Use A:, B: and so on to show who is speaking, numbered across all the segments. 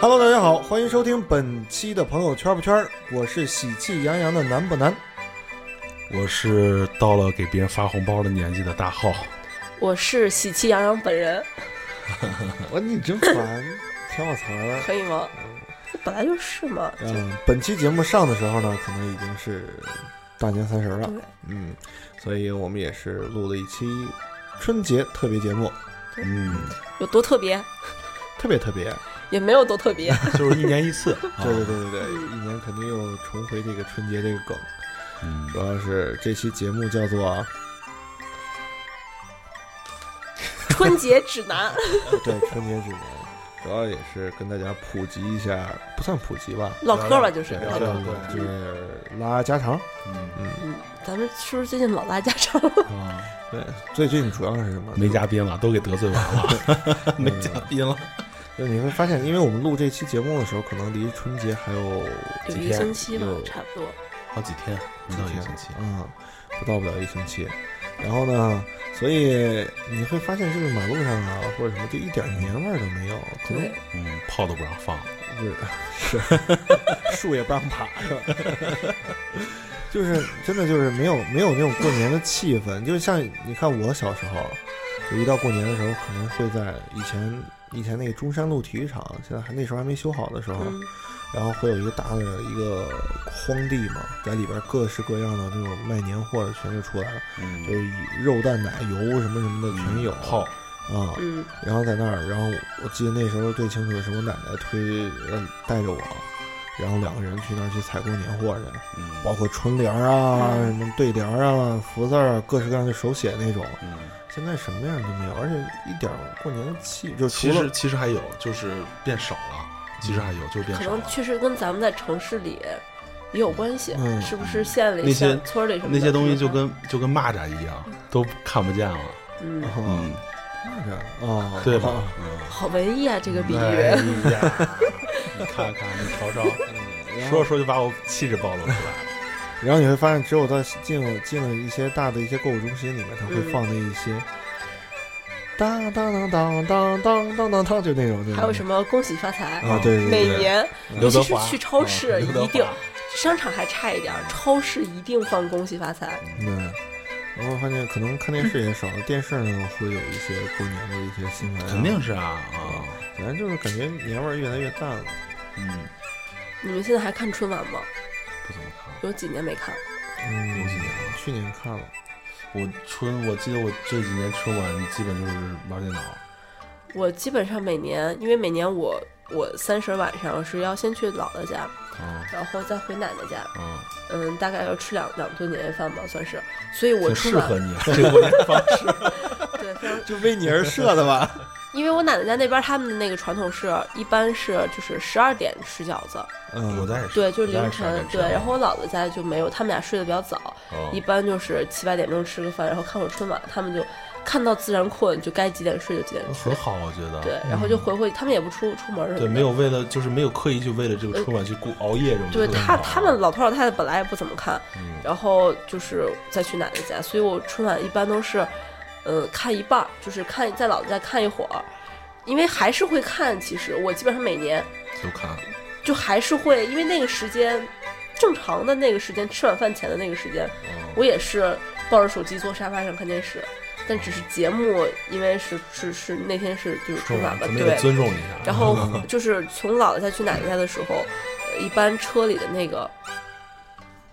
A: Hello，大家好，欢迎收听本期的朋友圈不圈儿，我是喜气洋洋的南不南。
B: 我是到了给别人发红包的年纪的大浩，
C: 我是喜气洋洋本人，
A: 我你真烦，挑我茬儿。啊
C: 可以吗？本来就是嘛。
A: 嗯，本期节目上的时候呢，可能已经是大年三十了
C: 对，
A: 嗯，所以我们也是录了一期春节特别节目，
B: 嗯，
C: 有多特别？
A: 特别特别。
C: 也没有多特别。
B: 就是一年一 次，啊
A: 对对，对对对，一年肯定又重回这个春节这个梗，
B: 嗯
A: 主，要是这期节目叫做
C: 春节指 南，
A: 对春节指南， 主要也是跟大家普及一下，不算普及吧，
C: 唠嗑吧，就是
A: 对，
B: 聊聊对
A: 就是拉家常。
B: 嗯
A: 嗯，
C: 嗯，咱们是不是最近老拉家常？
B: 啊，
A: 对，最近主要是什么？
B: 没嘉宾了，都给得罪完 了，没嘉宾了，
A: 就是你会发现，因为我们录这期节目的时候，可能离春节还有
C: 有
B: 几
C: 一
B: 天
C: 个星期吧
A: 有，
C: 差不多。
B: 好几天，不到一个星期，
A: 嗯，不到不了一星期。然后呢，所以你会发现，就是马路上啊，或者什么，就一点年味儿都没有，可能
C: 对，
B: 嗯，炮都不让放，
A: 不是，是 树也不让爬，是吧？ 就是真的就是没有没有那种过年的气氛，就是像你看我小时候，就一到过年的时候，可能会在以前以前那个中山路体育场，现在还那时候还没修好的时候，
C: 嗯，
A: 然后会有一个大的一个荒地嘛，在里边各式各样的那种卖年货的全就出来了，
B: 嗯
A: 就是以肉蛋奶油什么什么的全有
B: 炮，
A: 啊、
C: 嗯，
A: 然后在那儿，然后我记得那时候最清楚的是我奶奶推呃带着我，然后两个人去那儿去采购年货去，
B: 嗯
A: 包括春联儿啊、
C: 嗯
A: 什么对联儿啊、福字儿啊，各式各样的手写那种。
B: 嗯，
A: 现在什么样都没有，而且一点儿过年的气，就除
B: 其
A: 了
B: 实其实还有，就是变少了，其实还有，就是变
C: 可
B: 少
C: 能
B: 了，
C: 确实跟咱们在城市里也有关系，
A: 嗯
C: 是不是县里、
B: 那些
C: 乡村里什么
B: 那
C: 的
B: 些东西就跟就跟蚂蚱一样，都看不见了，
C: 嗯，
A: 啊，，这样啊，
B: 对吧
A: 啊？
B: 嗯，
C: 好文艺啊，这个比
B: 哎
C: 喻。
B: 呀，你看看，你瞧瞧。
C: 嗯
A: 然
B: 说
A: 后
B: 着说着就把我气质暴露出来了。
A: 然后你会发现，只有到进入进了一些大的一些购物中心里面，它会
C: 嗯
A: 放那一些。当当当当当当当当当，就那种，
C: 还有什
A: 么
C: 么恭喜发财？
A: 啊？对
B: 嗯
A: 对对，
C: 每
A: 对
C: 年
B: 刘
C: 尤
B: 德
C: 嗯其是
B: 华
C: 去超市
B: 嗯刘德
C: 一
B: 华
C: 定，商场还差一点儿，超市一定放恭喜发财。
A: 嗯，然后发现可能看电视也少了，电视上会有一些过年的一些新闻、
B: 肯定，是啊啊，
A: 反正就是感觉年味儿越来越淡了。
B: 嗯，
C: 你们现在还看春晚吗？
B: 不怎么看。
C: 有几年没看了？
A: 嗯
B: 有几年了
A: 去年看了，
B: 我春，我记得我这几年春晚基本就是玩电脑。
C: 我基本上每年，因为每年我我三十晚上是要先去姥姥家，
B: 啊
C: 然后再回奶奶家，
B: 啊，
C: 嗯，大概要吃两两顿年夜饭吧，算是。所以我
B: 挺
C: 春
B: 适
C: 晚
B: 合你啊这个过年方式。
C: 对非常，
A: 就为你而设的吧？
C: 因为我奶奶家那边他们的那个传统是，一般是就是十二点吃饺子，
A: 嗯，
B: 我在也是，
C: 对，就
B: 我在
C: 是凌
B: 也是二
C: 晨
B: 点，吃
C: 对。然后我姥姥家就没有，他们俩睡得比较早，
B: 哦
C: 一般就是七八点钟吃个饭，然后看会儿春晚，他们就看到自然困就该几点睡就几点睡
B: 很，好，我觉得。
C: 对，然后就回回，他们也不出出门什
B: 哦
C: 么的，
B: 对，没有为了就是没有刻意去为了这个春晚去过熬夜这种。
C: 对
B: 就很
C: 他，
B: 好啊
C: 他们老头老太太本来也不怎么看，
B: 嗯
C: 然后就是再去奶奶家，所以我春晚一般都是，呃，看一半儿，就是看在姥姥家看一会儿，因为还是会看。其实我基本上每年
B: 就看
C: 就还是会，因为那个时间，正常的那个时间，吃晚饭前的那个时间，
B: 嗯
C: 我也是抱着手机坐沙发上看电视，但只是节目，因为是是是那天是就是春
B: 春
C: 晚
B: 晚，
C: 吧，
B: 咱们
C: 对
B: 也，尊重一下。
C: 然后 就是从姥姥家去奶奶家的时候，呃一般车里的那个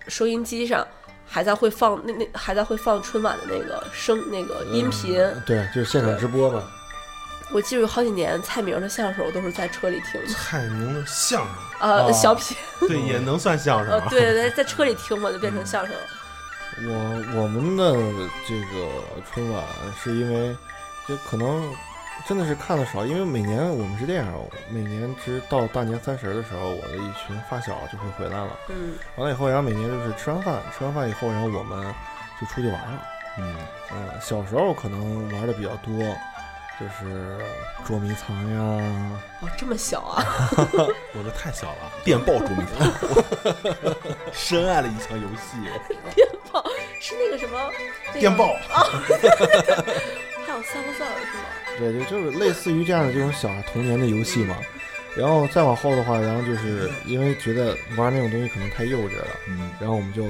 C: 收音机上还在会放那那还在会放春晚的那个声那个音频。
A: 对，就是现场直播嘛。
C: 我记得有好几年蔡明的相声我都是在车里听的，
B: 蔡明的相
C: 呃，
B: 哦
C: 小品，
B: 声，对，也能算相声
C: 呃
B: 啊。，
C: 对对对，在车里听我就变成相声了。
A: 我我们的这个春晚是因为，就可能真的是看的少，因为每年我们是这样，每年直到大年三十的时候，我的一群发小就会回来了。
C: 嗯，
A: 完了以后，然后每年就是吃完饭，吃完饭以后，然后我们就出去玩了。
B: 嗯，
A: 嗯，小时候可能玩的比较多，就是捉迷藏呀，
C: 哦，这么小 啊，
B: 我的太小了，电报捉迷藏， 深爱了一项游戏，
C: 是那个什么，那个、
B: 电报，
C: 还有三个字儿是吗？
A: 对，就就是类似于这样的这种小童年的游戏嘛。然后再往后的话，然后就是因为觉得玩那种东西可能太幼稚了，
B: 嗯
A: 然后我们就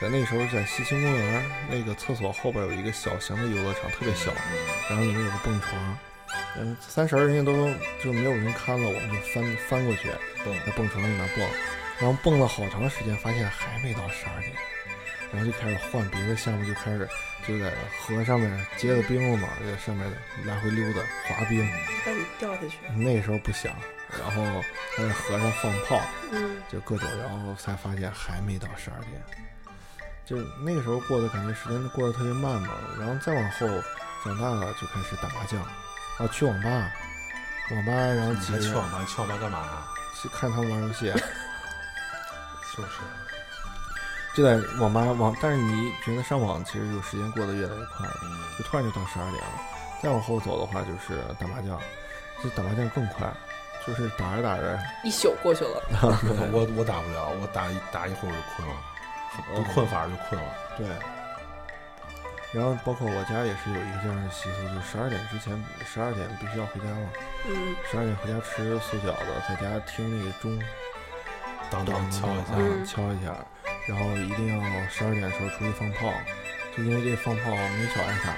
A: 在那时候在西青公园那个厕所后边有一个小型的游乐场，特别小，然后里面有个蹦床，嗯，三十儿人家都就没有人看了，我们就翻翻过去，
B: 蹦
A: 在蹦床里面蹦，然后蹦了好长时间，发现还没到十二点，然后就开始换别的项目，就开始就在河上面结个冰了嘛，在上面来回溜达滑冰。
C: 让你掉下去。
A: 那个时候不想，然后他在河上放炮，
C: 嗯，
A: 就各种，然后才发现还没到十二点，就是那个时候过得感觉时间过得特别慢嘛。然后再往后长大了就开始打麻将，啊，去网吧，网吧然后
B: 你
A: 几
B: 还
A: 个
B: 去
A: 人
B: 网吧？去网吧干嘛呀？
A: 去看他们玩游戏，啊
B: 就是，
A: 就在网吧网，但是你觉得上网其实就时间过得越来越快了，
B: 嗯
A: 就突然就到十二点了。再往后走的话就是打麻将，这打麻将更快，就是打着打着，
C: 一宿过去了。
B: 我我打不了，我打一打一会儿我就困了，不困反而就困了。
A: 呃对。然后包括我家也是有一个这样的习俗，就十二点之前，十二点必须要回家了。
C: 嗯
A: 十二点回家吃素饺子，在家听那个钟
B: 当当敲一下，
A: 啊敲一下，然后一定要十二点的时候出去放炮，就因为这放炮没少挨打。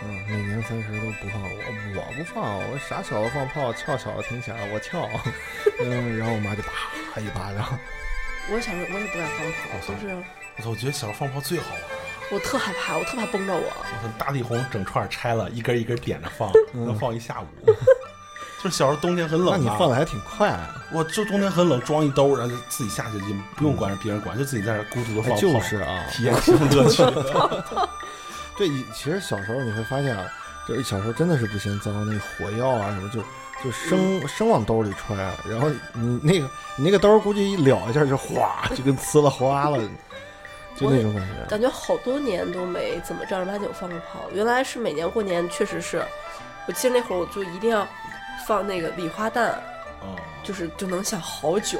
A: 嗯，每年三十都不放，我我不放，我傻小子放炮，翘小子挺响，我翘。 嗯，然后我妈就啪一巴掌。
C: 我小时候我也不敢放
B: 我
C: 炮，
B: 操
C: 哦就是
B: 我操，我觉得小时候放炮最好玩了。
C: 我特害怕，我特怕崩着我。
B: 我操，大地红整串拆了，一根一根点着放，能放一下午。 就是小时候冬天很冷啊
A: 那
B: 嘛，
A: 你放的还挺快、啊
B: 我就冬天很冷，装一兜，然后就自己下去，就不用管别人管，就自己在那儿孤独的放
A: 哎
B: 炮，
A: 就是 啊，
B: 体验其中乐趣。哦
A: 对，以其实小时候你会发现啊，就是小时候真的是不嫌脏，那个火药啊什么就就生
C: 嗯
A: 生往兜里揣，啊然后你那个你那个兜儿估计一撩一下就哗，就跟呲了哗了，就那种感觉。
C: 感觉好多年都没怎么正儿八经放过炮。原来是每年过年，确实是，我记得那会儿我就一定要放那个礼花弹，
B: 嗯
C: 就是就能想好久，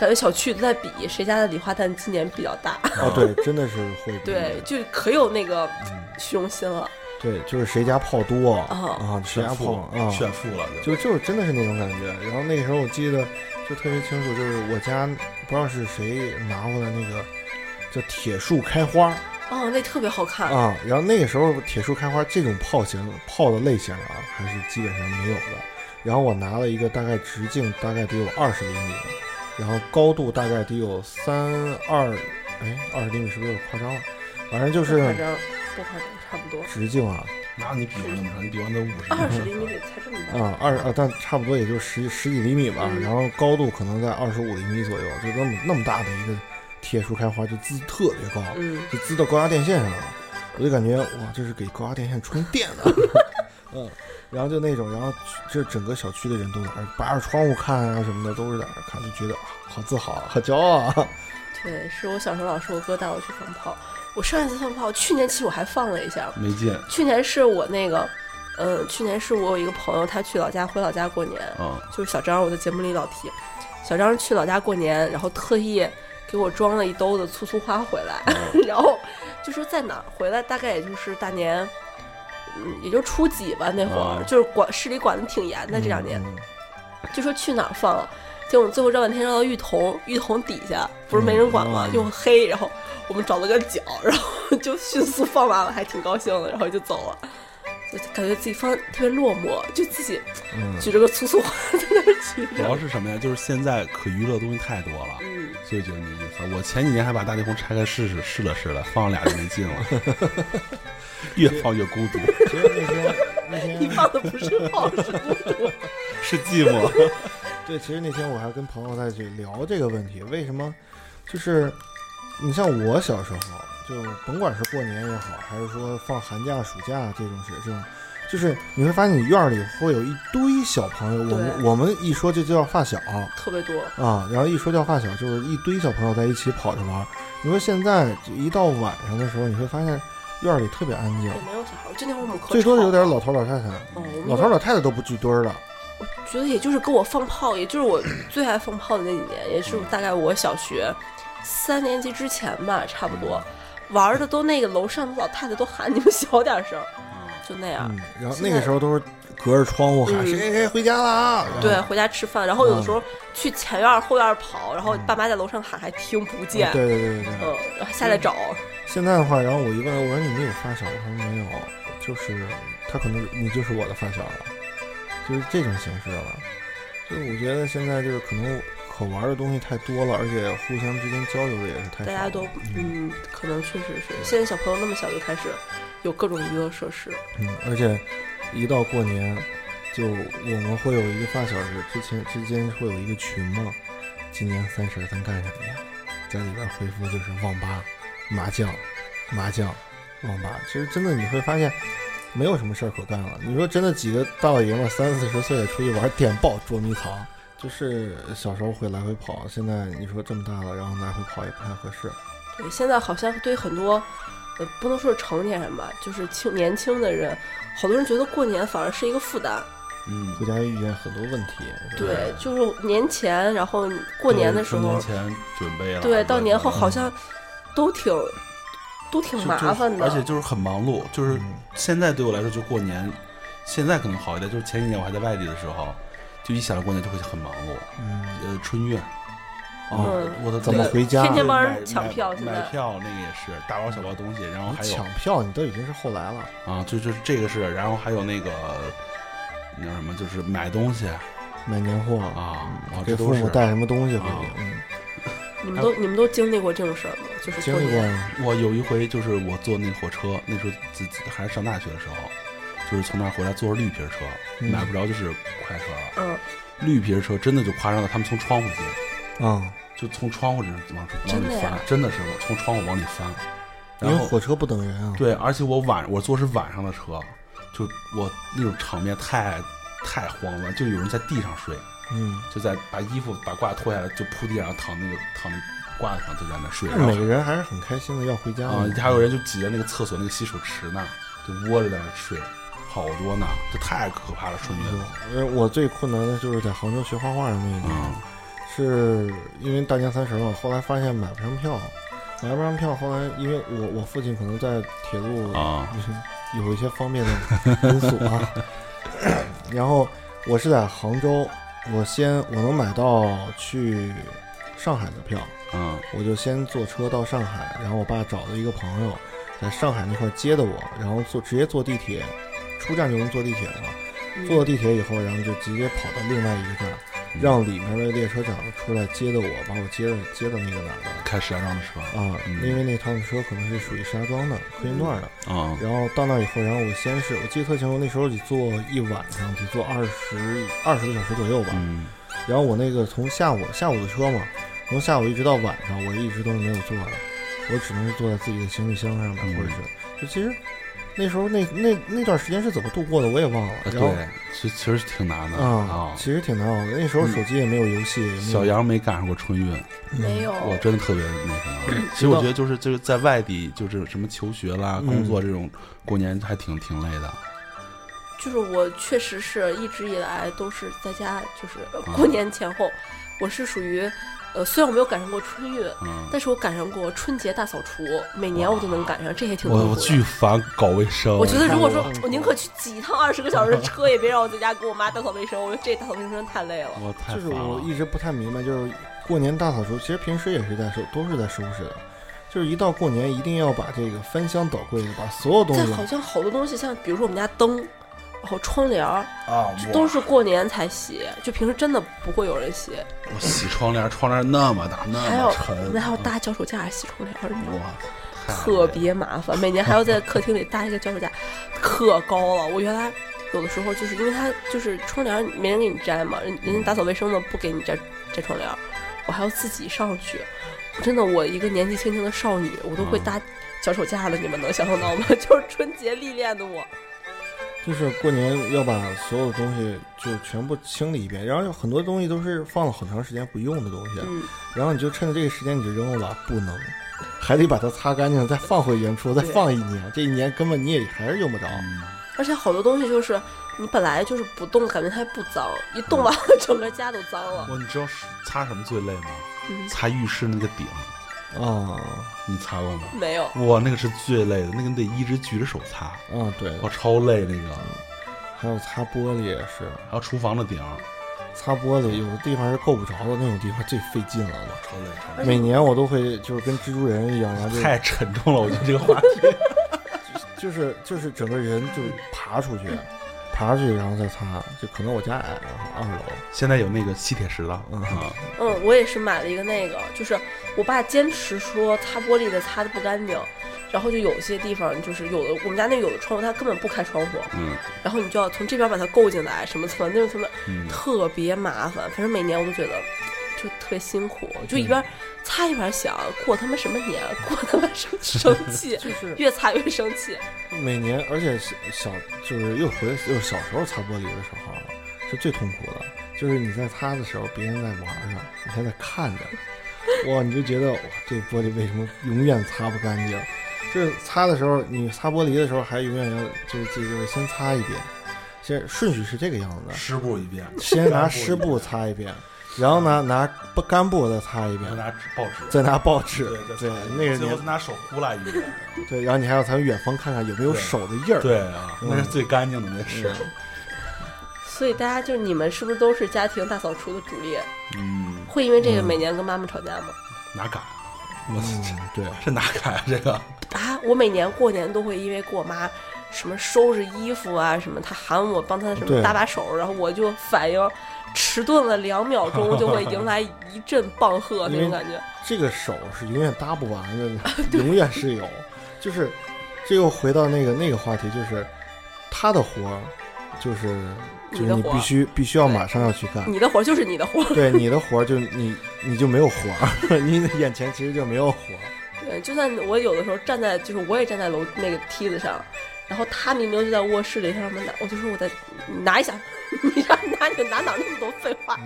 C: 感觉小区都在比谁家的礼花弹今年比较大。
A: 啊，对，真的是会比
C: 对，就可有那个虚荣心了。
A: 对，就是谁家炮多
C: 哦
A: 啊，谁
B: 炫
A: 家炮
B: 富
A: 啊，
B: 炫富了就。
A: 就就是真的是那种感觉。然后那个时候我记得就特别清楚，就是我家不知道是谁拿回来那个叫铁树开花。
C: 哦，那特别好看。
A: 啊，然后那个时候铁树开花这种炮型炮的类型啊，还是基本上没有的。然后我拿了一个大概直径大概得有二十厘米，然后高度大概得有三二，哎，二十厘米是不是有点夸张了？反正就
C: 不夸
A: 是
C: 张，不夸张，差不多。
A: 直径啊
B: 哪有你比划那么长？你比划那五十
C: 二十厘米得才这么大。
A: 嗯啊二啊，但差不多也就十十几厘米吧，
C: 嗯
A: 然后高度可能在二十五厘米左右，就那么那么大的一个铁树开花，就滋特别高，
C: 嗯，
A: 就滋到高压电线上了，我就感觉哇，这是给高压电线充电的， 嗯，然后就那种，然后这整个小区的人都在那儿扒着窗户看啊什么的，都是在那儿看，就觉得啊好自豪，好骄傲啊，
C: 对，是我小时候老师我哥带我去放炮。我上一次放炮，去年其实我还放了一下，
B: 没劲
C: 去年是我那个，呃，去年是我有一个朋友，他去老家回老家过年，
B: 啊！
C: 就是小张，我在节目里老提，小张去老家过年，然后特意给我装了一兜子粗粗花回来，
A: 哦
C: 然后就说在哪儿回来，大概也就是大年，嗯，也就初几吧那会儿，
B: 嗯
C: 就是管市里管的挺严的这两年，
A: 哦嗯
C: 就说去哪儿放，啊结果我们最后绕半天绕到玉桐，玉桐底下不是没人管吗？
A: 嗯
C: 又黑，然后我们找了个角，然后 就迅速放完了，还挺高兴的，然后就走了。就感觉自己放得特别落寞，就自己
A: 嗯
C: 举着个粗粗花在那儿举
B: 主要
C: 着，
B: 是什么呀？就是现在可娱乐的东西太多了，
C: 嗯，
B: 所以觉得没意思。我前几年还把大地红拆开试试，试了试了，放了俩就没劲 了，越放越孤独，
A: 其实那天那天
C: 你放的不是炮，是孤独。
B: 是寂 寞。
A: 对，其实那天我还跟朋友在一起聊这个问题，为什么？就是你像我小时候，就甭管是过年也好，还是说放寒假、暑假这种事，这种就是你会发现你院儿里会有一堆小朋友，我们
C: 对
A: 我们一说就叫发小
C: 特别多，
A: 啊，然后一说叫发小，就是一堆小朋友在一起跑着玩儿。你说现在一到晚上的时候，你会发现院儿里特别安静
C: 也，没有小孩，就那会儿我们可
A: 最多
C: 吵
A: 有点
C: 了，
A: 老头老太太，
C: 嗯，我们
A: 老头老太太都不聚堆儿了。
C: 我觉得也就是跟我放炮，也就是我最爱放炮的那几年，也是大概我小学三年级之前吧，差不多。玩儿的都那个楼上的老太太都喊你们小点声儿，就那样。
A: 嗯，然后
C: 现
A: 那个
C: 在
A: 时候都是隔着窗户喊
C: 嗯
A: 谁谁谁回家了啊，然后
C: 对，回家吃饭，然后有的
A: 嗯
C: 时候去前院儿后院儿跑，然后爸妈在楼上喊还听不
A: 嗯
C: 见，
A: 啊对对对对对。
C: 嗯，然后下来找，
A: 现在的话，然后我一问，我说你们有发小吗？他说没有，就是他可能你就是我的发小了，就是这种形式了。就是我觉得现在就是可能可玩的东西太多了，而且互相之间交流的也是太少
C: 大
A: 了。
C: 家都嗯，可能确实是现在小朋友那么小就开始有各种娱乐设施，
A: 嗯，而且一到过年，就我们会有一个发小是之前之间会有一个群嘛，今年三十儿咱干什么呀？在里边回复就是网吧、麻将、麻将、网吧。其实真的你会发现，没有什么事儿可干了。你说真的，几个大老爷们儿三四十岁的出去玩点爆捉迷藏，就是小时候会来回跑，现在你说这么大了，然后来回跑也不太合适。
C: 对，现在好像对很多，呃，不能说是成年人吧，就是青年轻的人，好多人觉得过年反而是一个负担。
B: 嗯，
A: 回家遇见很多问题。是吧
C: 对，就是年前，然后过年的时
B: 过
C: 候
B: 年，前准备了，嗯
C: 对，到年后好像都挺都挺
B: 就
C: 麻烦的。
B: 而且就是很忙碌。就是
A: 嗯
B: 现在对我来说，就过年，现在可能好一点。就是前几年我还在外地的时候，就一想到过年就会很忙碌。
A: 嗯，
B: 呃，春运，哦
C: 嗯，
B: 我的
A: 怎么
B: 那个
A: 回家？
C: 天天帮人
B: 买
C: 抢票
B: 买
C: 现在
B: 买票那个也是大包小包东西，然后还
A: 你
B: 有
A: 抢票，你都已经是后来了。
B: 啊，就就是这个是，然后还有那个那叫什么，就是买东西
A: 买年货，
B: 啊，然后
A: 给
B: 这
A: 父
B: 都是
A: 母带什么东西回去
B: 啊？
A: 嗯，
C: 你们都你们都经历过这种事儿吗？就是
A: 经
C: 过
A: 历过
C: 年，
A: 吗？
B: 我有一回就是我坐那火车，那时候自己还是上大学的时候，就是从那儿回来坐着绿皮车，
A: 嗯
B: 买不着就是快车了。
C: 嗯，
B: 绿皮车真的就夸张了，他们从窗户进，
A: 啊，
B: 就从窗户里往往
C: 真的
B: 里
C: 呀
B: 翻，真的是从窗户往里翻。
A: 因
B: 然
A: 为
B: 后
A: 火车不等人啊。
B: 对，而且我晚我坐是晚上的车，就我那种场面太太慌了，就有人在地上睡，
A: 嗯，
B: 就在把衣服把褂脱下来就铺地上躺那个躺褂子上就在那睡。
A: 但
B: 然
A: 是
B: 后
A: 每个人还是很开心的，要回家
B: 啊、
A: 了。
B: 还有人就挤在那个厕所那个洗手池那儿，就窝着在那儿睡，好多呢，这太可怕了，春运。
A: 嗯呃我最困难的就是在杭州学画画的那一年，
B: 啊、
A: 是因为大年三十嘛，后来发现买不上票，买不上票，后来因为我我父亲可能在铁路
B: 啊，
A: 就是有一些方面的因素 啊。然后我是在杭州，我先我能买到去上海的票，
B: 嗯
A: 我就先坐车到上海，然后我爸找了一个朋友在上海那块接的我，然后坐直接坐地铁，出站就能坐地铁了。
C: 嗯
A: 坐了地铁以后，然后就直接跑到另外一个站，
B: 嗯
A: 让里面的列车长出来接的我，把我接着接到那个哪儿的
B: 开石家庄的车
A: 啊？
B: 嗯
A: 因为那趟车可能是属于石家庄的客运段的。
B: 啊，
A: 然后到那以后，然后我先是我记得特清楚，那时候得坐一晚上，得坐二十二十个小时左右吧。
B: 嗯
A: 然后我那个从下午下午的车嘛，从下午一直到晚上，我一直都是没有坐的，我只能是坐在自己的行李箱上面，
B: 嗯
A: 或者是就其实那时候那那那段时间是怎么度过的，我也忘了
B: 啊。
A: 然后
B: 对，其实其实挺难的
A: 啊
B: 啊，。嗯
A: 其实挺难熬的。那时候手机也没有游戏，也没有
B: 小杨没赶上过春运，
C: 没有，
B: 嗯我真的特别那什 么。其实我觉得就是就是在外地，就是什么求学啦、
A: 嗯
B: 工作这种，过年还挺挺累的。
C: 就是我确实是一直以来都是在家，就是呃
B: 啊
C: 过年前后，我是属于，呃，虽然我没有赶上过春运，
B: 嗯，
C: 但是我赶上过春节大扫除，每年我都能赶上，这也挺痛
B: 我
C: 苦
B: 我
C: 的
B: 巨哦烦搞卫生。
C: 我觉得如果说
A: 太痛苦
C: 我宁可去挤一趟二十个小时的车，也别让我在家给我妈打扫卫生，我说这打扫卫生真太累了。
B: 我太
A: 就
B: 烦
A: 是我
B: 了。
A: 一直不太明白，就是过年大扫除，其实平时也是在收，都是在收拾的。就是一到过年，一定要把这个翻箱倒柜的，把所有东
C: 但
A: 西
C: 好像好多东西，像比如说我们家灯，然后窗帘儿，
B: 啊，
C: 都是过年才洗，就平时真的不会有人洗。
B: 我洗窗帘，窗帘那么大，那
C: 还
B: 么
C: 有
B: 沉，嗯
C: 那还有搭脚手架洗窗帘儿，你知道吗？
B: 哇，太嗯
C: 特别麻烦，每年还要在客厅里搭一个脚手架，可高了。我原来有的时候就是因为它就是窗帘没人给你摘嘛，人人家打扫卫生的不给你摘摘窗帘，我还要自己上去。我真的，我一个年纪轻轻的少女，我都会搭脚手架了，你们能想象到吗？就是春节历练的我，
A: 就是过年要把所有的东西就全部清理一遍，然后有很多东西都是放了很长时间不用的东西，
C: 嗯，
A: 然后你就趁着这个时间你就扔了吧，不能，还得把它擦干净，再放回原处，再放一年，这一年根本你也还是用不着。
C: 而且好多东西就是你本来就是不动，感觉它不脏，一动完了 整个家都脏了。
B: 我你知道是擦什么最累吗？
C: 嗯，
B: 擦浴室那个顶，
A: 啊
B: 你擦过吗？
C: 没有，
B: 哇，那个是最累的，那个你得一直举着手擦，
A: 啊，对，
B: 我超累那个。
A: 还有擦玻璃也是，
B: 还有厨房的顶儿，
A: 擦玻璃有的地方是够不着的，那种地方最费劲了。
B: 超累超
C: 而且
A: 每年我都会就是跟蜘蛛人一样，然后就
B: 太沉重了，我觉得这个话题。
A: 就是就是整个人就爬出
C: 嗯
A: 去，爬出去然后再擦，就可能我家矮，然后二楼，
B: 现在有那个吸铁石了，
A: 嗯，
B: 啊，
C: 嗯，我也是买了一个那个，就是我爸坚持说擦玻璃的擦的不干净，然后就有些地方就是有的我们家那有的窗户它根本不开窗户，
B: 嗯
C: 然后你就要从这边把它够进来，什么什么那种什么，
B: 嗯，
C: 特别麻烦。反正每年我都觉得就特别辛苦，就一
B: 嗯
C: 边擦一边想过他妈什么年，过他妈什么生气
A: 就是
C: 越擦越生气。
A: 每年，而且小小就是又回就是小时候擦玻璃的时候啊是最痛苦的，就是你在擦的时候，别人在玩儿呢，你还在看着，哇，你就觉得哇，这玻璃为什么永远擦不干净？就是擦的时候，你擦玻璃的时候还永远要就是自己就是先擦一遍，先顺序是这个样子，
B: 湿布一遍，
A: 先拿湿布擦一遍，然后呢拿不干布再擦一
B: 然后
A: 遍，
B: 拿纸报纸，
A: 再拿报纸，
B: 对
A: 对，那个
B: 最后
A: 年
B: 拿手呼啦一遍，
A: 对，然后你还要从远方看看有没有
B: 对
A: 手的印儿，
B: 对啊，
A: 嗯
B: 那是最干净的，那是，
C: 所以大家就你们是不是都是家庭大扫除的主力？
B: 嗯，
C: 会因为这个每年跟妈妈吵架吗？
B: 哪敢啊？我
A: 嗯，对。
B: 这哪敢啊？这个
C: 啊，我每年过年都会因为跟我妈什么收拾衣服啊，什么她喊我帮她什
A: 对
C: 么搭把手，然后我就反应迟钝了两秒钟，就会迎来一阵 棒喝那种感觉。
A: 这个手是永远搭不完的，
C: 啊
A: 永远是有。就是这又回到那个那个话题，就是他的活儿，就是就
C: 你
A: 是
C: 的
A: 你
C: 活儿
A: 必须必须要
C: 对
A: 马上要去干。
C: 你的活儿就是你的活儿，
A: 对你的活儿，就是你你就没有活儿， 你的眼前其实就没有活儿。
C: 对，就算我有的时候站在，就是我也站在楼那个梯子上，然后她明明就在卧室里，她让我拿，我就说我在你拿一下， 你让拿你就拿哪儿那么多废话，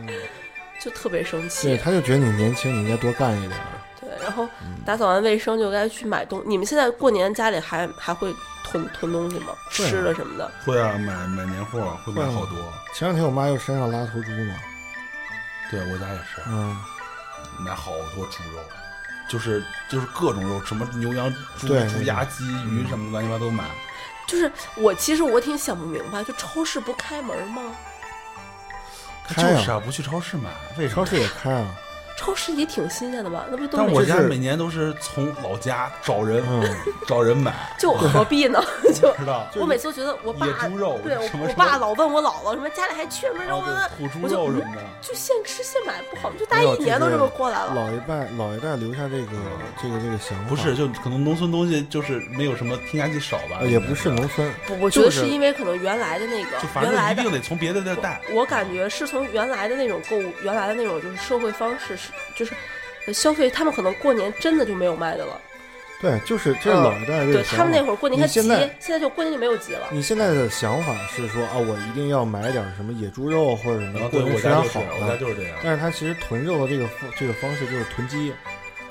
C: 就特别生
A: 嗯对，
C: 气。
A: 他就觉得你年轻，你应该多干一点儿。
C: 对，然后打扫完卫生就该去买东。你们现在过年家里还还会囤囤东西吗？
A: 会啊
C: 吃的什么的？
B: 会啊，买买年货会买好多，
A: 前两天我妈又身上拉头猪嘛，
B: 对我家也是
A: 嗯，
B: 买好多猪肉，就是就是各种肉，什么牛羊、猪、
A: 对
B: 猪、鸭、鸡、鱼什么乱七八糟都买。
C: 就是我其实我挺想不明白，就超市不开门吗？
A: 开
B: 就是
A: 啊，
B: 啊，不去超市买，为什
A: 超
B: 么？
A: 市也开啊，
C: 超市也挺新鲜的吧？那不都
B: 但
C: 没
B: 我
A: 就
B: 家
A: 是
B: 每年都是从老家找人
A: 嗯，
B: 找人买，
C: 就何必 呢？就
B: 知道？
C: 我每次都觉得我爸
B: 野猪肉
C: 对
B: 什么
C: 我我
B: 什么
C: 爸老问我姥姥什么家里还缺什么
B: 然
C: 肉
B: 后
C: 吗？
B: 对土猪
C: 我就
B: 肉什
C: 嗯
B: 么的，
C: 就现吃现买不好吗？就 大家
A: 没有
C: 一年
A: 就
C: 都
A: 是
C: 这么过来了。
A: 老一代老一代留下这个这个这个想法，
B: 不是，就可能农村东西就是没有什么添加剂少吧
A: 呃，，也不是
B: 应该
A: 农村，
C: 不，我觉得
A: 就是
C: 是因为可能原来的那个
B: 就反
C: 原
B: 正
C: 来
B: 一
C: 的
B: 定得从别的地儿带。
C: 我感觉是从原来的那种购物，原来的那种就是社会方式是就是消费，他们可能过年真的就没有卖的了。
A: 对，就是这是老一代这
C: 嗯对
A: 个
C: 他
A: 想
C: 们
A: 法
C: 那。会儿过年
A: 你
C: 还急，
A: 现
C: 现
A: 在
C: 在就过年就没有急了。
A: 你现在的想法是说啊，我一定要买点什么野猪肉或者什
B: 然后
A: 么
B: 啊
A: 嗯过
B: 对我
A: 年非
B: 家
A: 常
B: 就是，
A: 好
B: 我家
A: 的，
B: 就是这样。
A: 但是它其实囤肉的这个方这个方式就是囤积，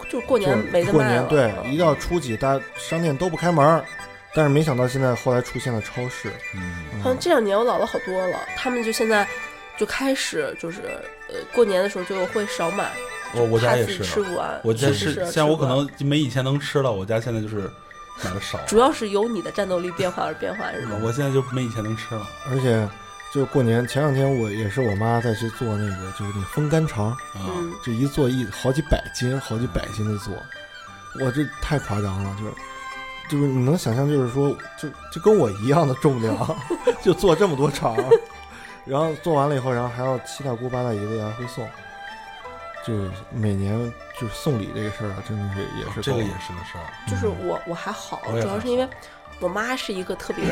C: 就是过年没
A: 就
C: 得
A: 过
C: 卖
A: 年
C: 了。
A: 对，
C: 嗯
A: 一到初几，大家商店都不开门儿，但是没想到现在后来出现了超市，
B: 嗯，
C: 好像
A: 嗯，
C: 这两年我姥姥好多了，他们就现在就开始就是呃过年的时候就会少买，
B: 我我家
C: 怕
B: 也
C: 自己吃
B: 是，啊
C: 不完。
B: 我家
C: 是是
A: 啊
B: 像我可。
C: 吃不完
B: 能就没以前能吃了，我家现在就是买的少。
C: 主要是由你的战斗力变化而变化，是吗？
B: 我现在就没以前能吃了
A: 而且就过年前两天我也是我妈在去做那个就是那风干肠，
B: 啊。
C: 嗯，
A: 就一做一好几百斤，好几百斤的做，我这太夸张了，就是。就是你能想象，就是说，就就跟我一样的重量， 就做这么多肠儿，然后做完了以后，然后还要七大姑八大姨的来回送，就是每年就是送礼这个事儿啊，真的是也是
B: 这
A: 够
B: 个
A: 了
B: 也是个事儿，
C: 就是我我还好，
B: 我也
C: 主
B: 还好
C: 要是因为我妈是一个特别，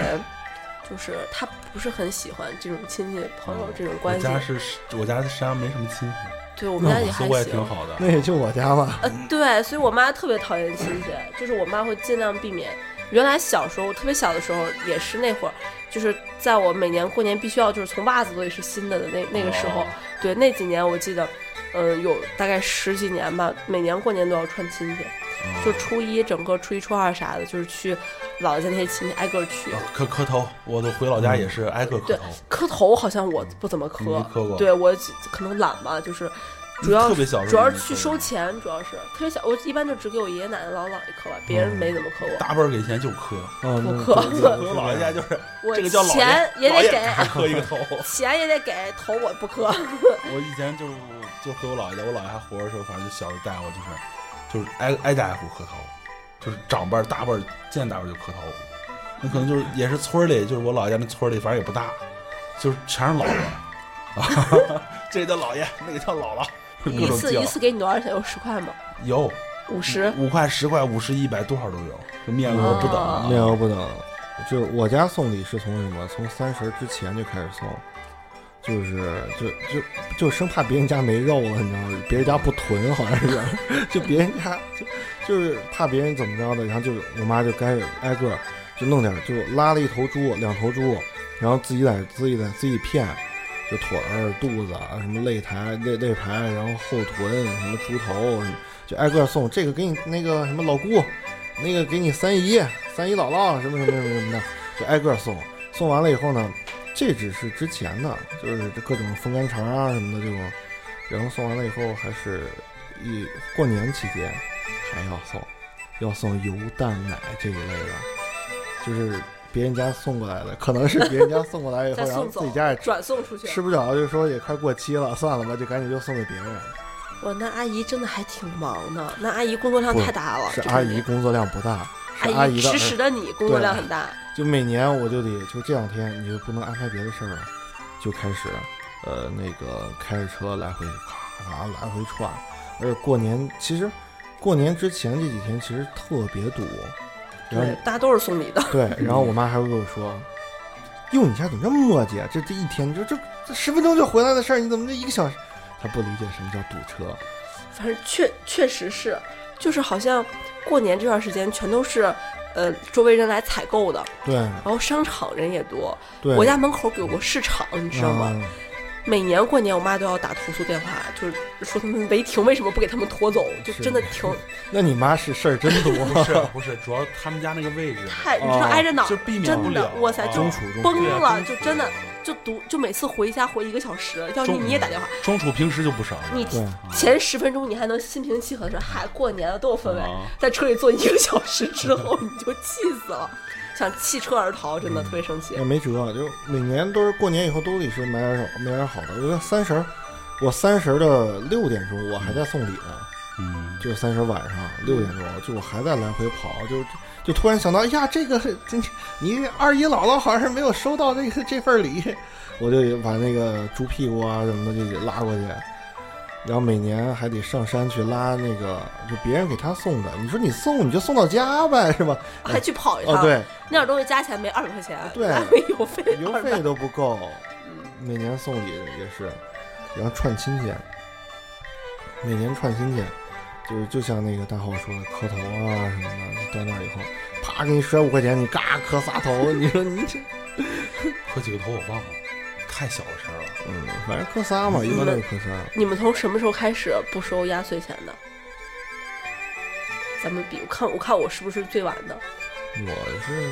C: 就是她不是很喜欢这种亲戚朋友这种
B: 嗯我
C: 关系。
B: 家是我家实际上没什么亲戚，
C: 对我们家也
B: 所
C: 还
B: 以我也
C: 行
B: 挺。好的。
A: 那也就我家吧，
C: 呃，对，所以我妈特别讨厌亲戚，就是我妈会尽量避免。原来小时候，我特别小的时候也是那会儿，就是在我每年过年必须要就是从袜子都得是新的的那那个时候，
B: 哦
C: 对那几年我记得，嗯，有大概十几年吧，每年过年都要串亲戚，
B: 哦
C: 就初一整个初一初二啥的，就是去姥姥家那些亲戚挨个去。
B: 啊磕磕头，我都回老家也是挨个磕
C: 对
B: 头。
C: 磕头好像我不怎么磕
B: 没，磕过
C: 对我可能懒吧，就是主要
B: 特别小时候
C: 主要是
B: 就
C: 去
B: 抠
C: 收钱，主要是特别小。我一般就只给我爷爷奶奶、姥姥姥爷磕吧，别人没怎么磕过。
B: 大辈儿给钱就磕，
A: 哦，
C: 我
A: 那
C: 磕
A: 对
B: 我
A: 对对
B: 姥爷家就是
C: 我
B: 这个叫老爷
C: 钱也
B: 老
C: 得
B: 爷
C: 给，
B: 咔磕一个头。
C: 钱也得给，头我不磕。
B: 我以前就是就回我姥爷家，我姥爷还活着的时候，反正就小的带我就是就是挨挨家挨户磕头，就是长辈儿大辈儿见大辈儿就磕头。那可能就是也是村儿里，就是我姥爷家那村儿里，反正也不大，就是全是老人， 啊，这个叫姥爷，那个叫姥姥，各
C: 一
B: 种
C: 次
B: 叫
C: 一次给你多少钱？有十块吗？
B: 有
C: 五十？
B: 五块、十块、五十、一百，多少都有，就面额不等啊。
A: 那 要不等，就是我家送礼是从什么？从三十之前就开始送，就是就就就生怕别人家没肉了，你知道吗？别人家不囤，好像是， 就别人家就就是怕别人怎么着的，然后就我妈就开始挨个儿就弄点儿，就拉了一头猪，两头猪，然后自己在自己在自己片。就腿儿、肚子啊，什么肋排、肋肋排，然后后臀，什么猪头，什么就挨个儿送。这个给你那个什么老姑，那个给你三姨、三姨姥姥什么什么什么什么的，就挨个送。送完了以后呢，这只是之前的，就是这各种风干肠啊什么的这种。然后送完了以后，还是一过年期间还要送，要送油蛋奶这一类的，就是别人家送过来的，可能是别人家送过来以后，
C: 再
A: 然后
C: 送
A: 嗯自
C: 走
A: 己家也，吃
C: 转送出去。
A: 吃不着，就说也快过期了，算了吧，就赶紧就送给别
C: 哦
A: 人。
C: 哇，那阿姨真的还挺忙的，那阿姨工作量
A: 不
C: 太大了。
A: 是
C: 这
A: 阿
C: 肯
A: 姨
C: 定，
A: 工作量不大，是
C: 阿
A: 阿姨的
C: 指使
A: 儿，
C: 的你工作
A: 对
C: 量很大。
A: 就每年我就得就这两天，你就不能安排别的事儿了，就开始，呃，那个开着车来回咔咔来回串，而且过年其实过年之前这几天其实特别堵，然
C: 对嗯
A: 后，
C: 大家都是送礼的。
A: 对，然后我妈还会跟我说。哟，你家怎么这么磨叽啊？这这一天，这这这十分钟就回来的事儿，你怎么这一个小时？她不理解什么叫堵车。
C: 反正确确实是，就是好像过年这段时间全都是，呃，周围人来采购的，
A: 对
C: 然后商场人也多。
A: 对，
C: 我家门口有个市场，你知道吗？
B: 啊
A: 嗯
C: 每年过年我妈都要打投诉电话，就是说他们违停，为什么不给他们拖走？就是真的 停
A: 那你妈是事儿真多，
B: 不是不是，主要他们家那个位置
C: 太，你知道挨着哪儿
B: 哦就避免不
C: 真的
B: 了，
C: 哇塞，
B: 啊
C: 就
A: 中暑中暑
C: 崩
B: 对啊
C: 了，
B: 中
C: 就
B: 暑
C: 真的就读，就每次回家回一个小时，要你
B: 中啊
C: 你也打电话，
B: 中楚平时就不少，
C: 你
A: 对
C: 前十分钟你还能心平气和地说，嗨，过年了都有氛围
B: 啊，
C: 在车里坐一个小时之后你就气死了，想弃车而逃，真的特别生气
A: 也。没辙，就每年都是过年以后都得是买点儿买点儿好的。我觉得三十儿，我三十儿的六点钟我还在送礼呢，
B: 嗯，
A: 就是三十晚上六点钟，就我还在来回跑，就就突然想到，哎呀，这个真你二姨姥姥好像是没有收到这个这份礼， 我就把那个猪屁股啊什么的就给拉过去。然后每年还得上山去拉那个，就别人给他送的。你说你送你就送到家呗，是吧？
C: 还去跑一
A: 哦，
C: 趟，
A: 对，
C: 那点东西加起来没二百块钱，
A: 对
C: 来回邮费
A: 邮
C: 二
A: 费
C: 百。嗯
A: 都不够，每年送礼也是，然后串亲戚，每年串亲戚，就是就像那个大浩说的磕头啊什么的，你到那儿以后，啪给你甩五块钱，你嘎磕仨头，你说你这，
B: 磕几个头我忘了，太小的事儿了。
A: 嗯，反正磕仨嘛，一般都是磕仨。
C: 你们从什么时候开始不收压岁钱的？咱们比，我看我看我是不是最晚的？
A: 我是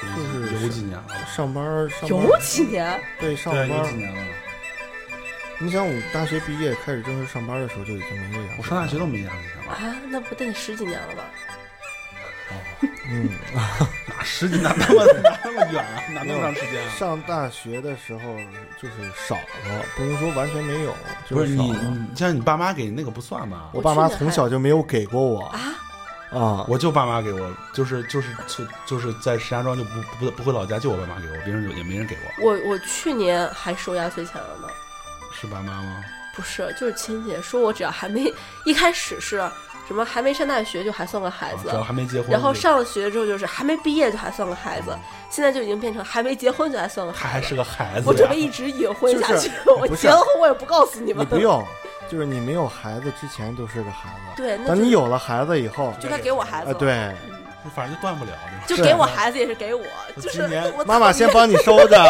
A: 就是
B: 有几年了，
A: 上班儿上班
C: 有
A: 儿
C: 几年？
A: 对上
B: 对，
A: 班
B: 有几
A: 儿，
B: 年了。
A: 你想我大学毕业开始正式上班的时候就已经没有牙。
B: 我上大学，都没压岁钱了，
C: 啊，那不得十几年了吧？
A: 嗯，
B: 哪十几哪那么哪那么远啊，哪那么长时间啊？
A: 上大学的时候就是少了，不能说完全没有，就
B: 不是
A: 少
B: 你，
A: 了。
B: 你像你爸妈给那个不算吧？
A: 我爸妈从小就没有给过我
C: 啊，
A: 啊，
B: 我就爸妈给我，就是就是就就是在石家庄就不不不回老家，就我爸妈给我，别人就也没人给我，
C: 我我去年还收压岁钱了呢。
B: 是爸妈吗？
C: 不是，就是亲戚说我只要还没一开始是什么还没上大学就还算个孩
B: 啊
C: 子
A: 哦
B: 只，要还没结婚就，
C: 然后上了学之后就是还没毕业就还算个孩
A: 嗯
C: 子，现在就已经变成还没结婚就还算个
B: 他
C: 孩
B: 还
C: 子。
B: 是个孩子呀，
C: 我准备一直隐婚下去，我
A: 啊不是
C: 结了婚我也不告诉你
A: 你
C: 们。
A: 不用，就是你没有孩子之前就是个孩子，
C: 对，那
A: 等
C: 就
A: 你有了孩子以后，
C: 就他给我孩子
A: 啊，
C: 了，
A: 对，
B: 反正就断不了。
C: 就是给我孩子也是给我，就是
B: 今年
C: 我
A: 妈妈先帮你收 着。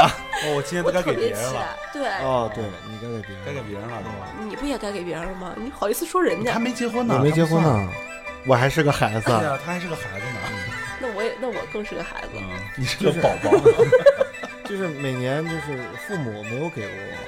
B: 哦，我今天
C: 我
B: 都该
C: 特
B: 给别啊
C: 别气
B: 人了，，
C: 对，
A: 哦，对，你该给别人，
B: 该给别人了都。
C: 你不也该给别人了吗？你好意思说人
B: 他
C: 家？
B: 没结婚呢，
A: 我没
B: 他不
A: 结婚
B: 算。
A: 呢，我还是个孩子
B: 对。 呀，他还是个孩子呢。
C: 那我也那我更是个孩子。
B: 嗯，你是
A: 就
B: 个
A: 是
B: 宝宝呢。
A: 就是每年就是父母没有给过我，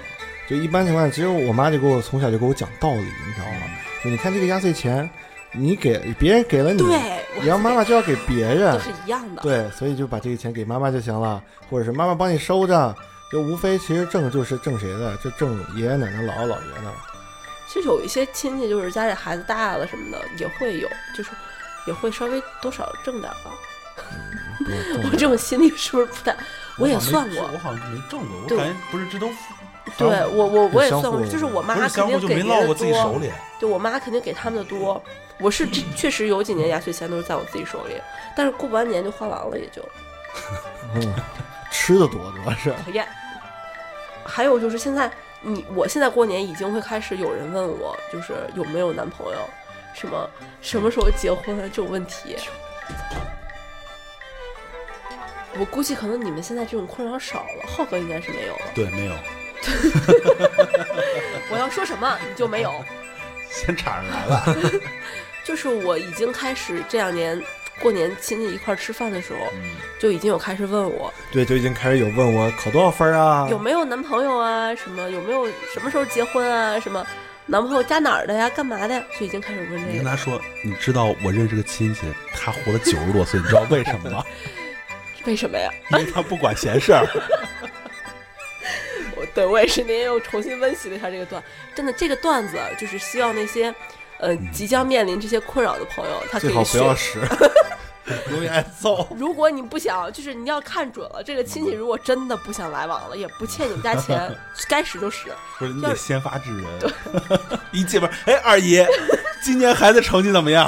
A: 就一般情况下，其实我妈就给我从小就给我讲道理，你知道
C: 哦
B: 啊
A: 吗？就你看这个压岁钱，你给别人给了嗯你，
C: 对，我
A: 然后妈妈就要给别人
C: 都，是一样的。
A: 对，所以就把这个钱给妈妈就行了，或者是妈妈帮你收着，就无非其实挣就是挣谁的，就挣爷爷奶奶、姥姥姥爷 的。
C: 其实有一些亲戚就是家里孩子大了什么的，也会有，就是也会稍微多少挣点吧。
A: 不是
C: 我
A: 挣
C: 这种心理是不是不 太？我也
B: 好像没
C: 算
B: 挣
C: 过
B: 我，好像没挣过，我
C: 对
B: 感觉不是这都
C: 对
B: 相互
C: 我我我也
A: 相
C: 算过
A: 互，
C: 就是我妈
B: 不是
C: 肯
B: 相互
C: 定
B: 就
C: 给
B: 没
C: 别
B: 落
C: 人
B: 过自己手
C: 多，
B: 里，
C: 对我妈肯定给他们的多。我是这确实有几年压岁钱都是在我自己手里，但是过完年就花完了，也就
A: 嗯，吃的多主要是。
C: 讨厌。还有就是现在你，我现在过年已经会开始有人问我，就是有没有男朋友，什么什么时候结婚啊这种问题。我估计可能你们现在这种困扰少了，浩哥应该是没有了。
B: 对，没有，
C: 我要说什么你就没有，
B: 先插上来了。
C: 就是我已经开始这两年过年亲戚一块儿吃饭的时候，
B: 嗯
C: 就已经有开始问我
A: 对，就已经开始有问我考多少分啊？
C: 有没有男朋友啊，什么有没有什么时候结婚啊，什么男朋友家哪儿的呀，干嘛的呀，就已经开始问
B: 你
C: 这
B: 跟
C: 个。
A: 嗯
B: 他说，你知道我认识个亲戚，他活了九十多岁，你知道为什么吗？
C: 为什么呀？
B: 因为他不管闲 事儿。
C: 我对我也是那天又重新温习了一下这个段，真的这个段子就是希望那些。呃，即将面临这些困扰的朋友，他
A: 嗯
C: 可
A: 最好
C: 以
A: 不
C: 学。
A: 要使， 容易挨揍。
C: 如果你不想，就是你要看准了，这个亲戚如果真的不想来往了，也不欠你们家 钱，该使就使。
B: 不是，你
C: 要
B: 得
C: 是
B: 先发制人。一进门，哎，二姨，今年孩子成绩怎么样？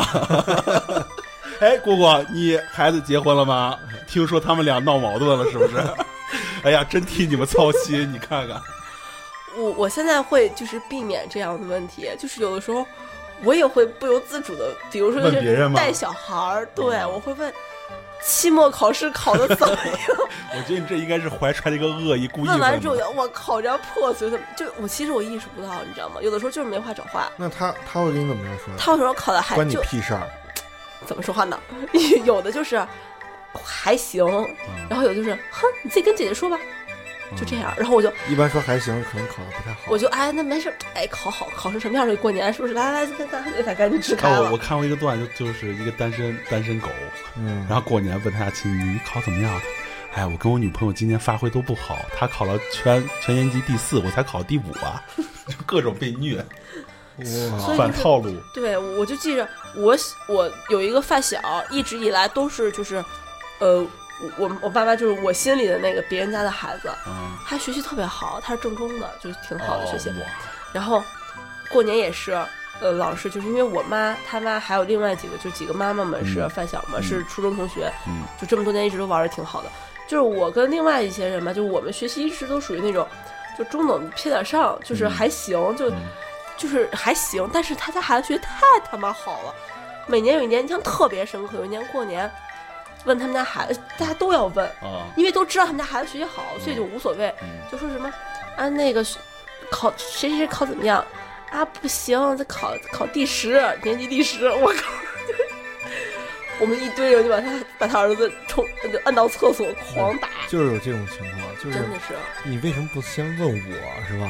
B: 哎，姑姑，你孩子结婚了吗？听说他们俩闹矛盾了，是不是？ 哎呀，真替你们操心，你看看。
C: 我我现在会就是避免这样的问题，就是有的时候我也会不由自主的，比如说就
B: 问别人
C: 是
B: 吗嗯
C: 带小孩儿，对我会问期末考试考的 怎么样，
B: 我觉得你这应该是怀揣着一个恶意，故意
C: 问完
B: 的
C: 之后我考这样破碎怎么，就我其实我意识不到，你知道吗？有的时候就是没话找话，
A: 那他他会跟你怎么样说？
C: 他有时候考的还
A: 关你
C: 就
A: 屁事儿！
C: 怎么说话呢？ 有的就是还行，
B: 嗯
C: 然后有的就是哼，你自己跟姐姐说吧，就这样，然后我就
A: 一般说还行，可能考的不太好
C: 我。就哎那没事，哎考好考成什么样儿了？过年是不是？来来，咱咱咱赶紧吃开
B: 看
C: 了
B: 我，我。看过一个段，就就是一个单身单身狗，
A: 嗯，
B: 然后过年问他家亲戚你考怎么样？哎，我跟我女朋友今年发挥都不好，她考了全全年级第四，我才考第五啊， 就各种被虐，
C: 所以
B: 反
C: 就是
B: 套路。
C: 对，我就记着我我有一个发小，一直以来都是就是，呃，我我我爸妈就是我心里的那个别人家的孩子，
B: 嗯，
C: 他学习特别好，他是正宗的，就是挺好的学习。
B: 哦
C: 然后过年也是，呃，老师就是因为我妈他妈还有另外几个就几个妈妈们是
B: 嗯
C: 发小嘛，
B: 嗯
C: 是初中同学，
B: 嗯
C: 就这么多年一直都玩的挺好的。就是我跟另外一些人吧，就我们学习一直都属于那种，就中等偏点上，就是
B: 嗯
C: 还行，就
B: 嗯
C: 就是还行。但是他家孩子学得太他妈好了，每年有一年印象特别深刻，有一年过年问他们家孩子，大家都要问，
B: 啊，
C: 因为都知道他们家孩子学习好，所以就无所谓，
B: 嗯
C: 就说什么啊那个学考谁谁谁考怎么样啊不行，这考考第十，年级第十，我靠！ 我们一堆人就把他把他儿子冲就按到厕所狂打，
A: 就是有这种情况，就是
C: 真的是
A: 你为什么不先问我是吧？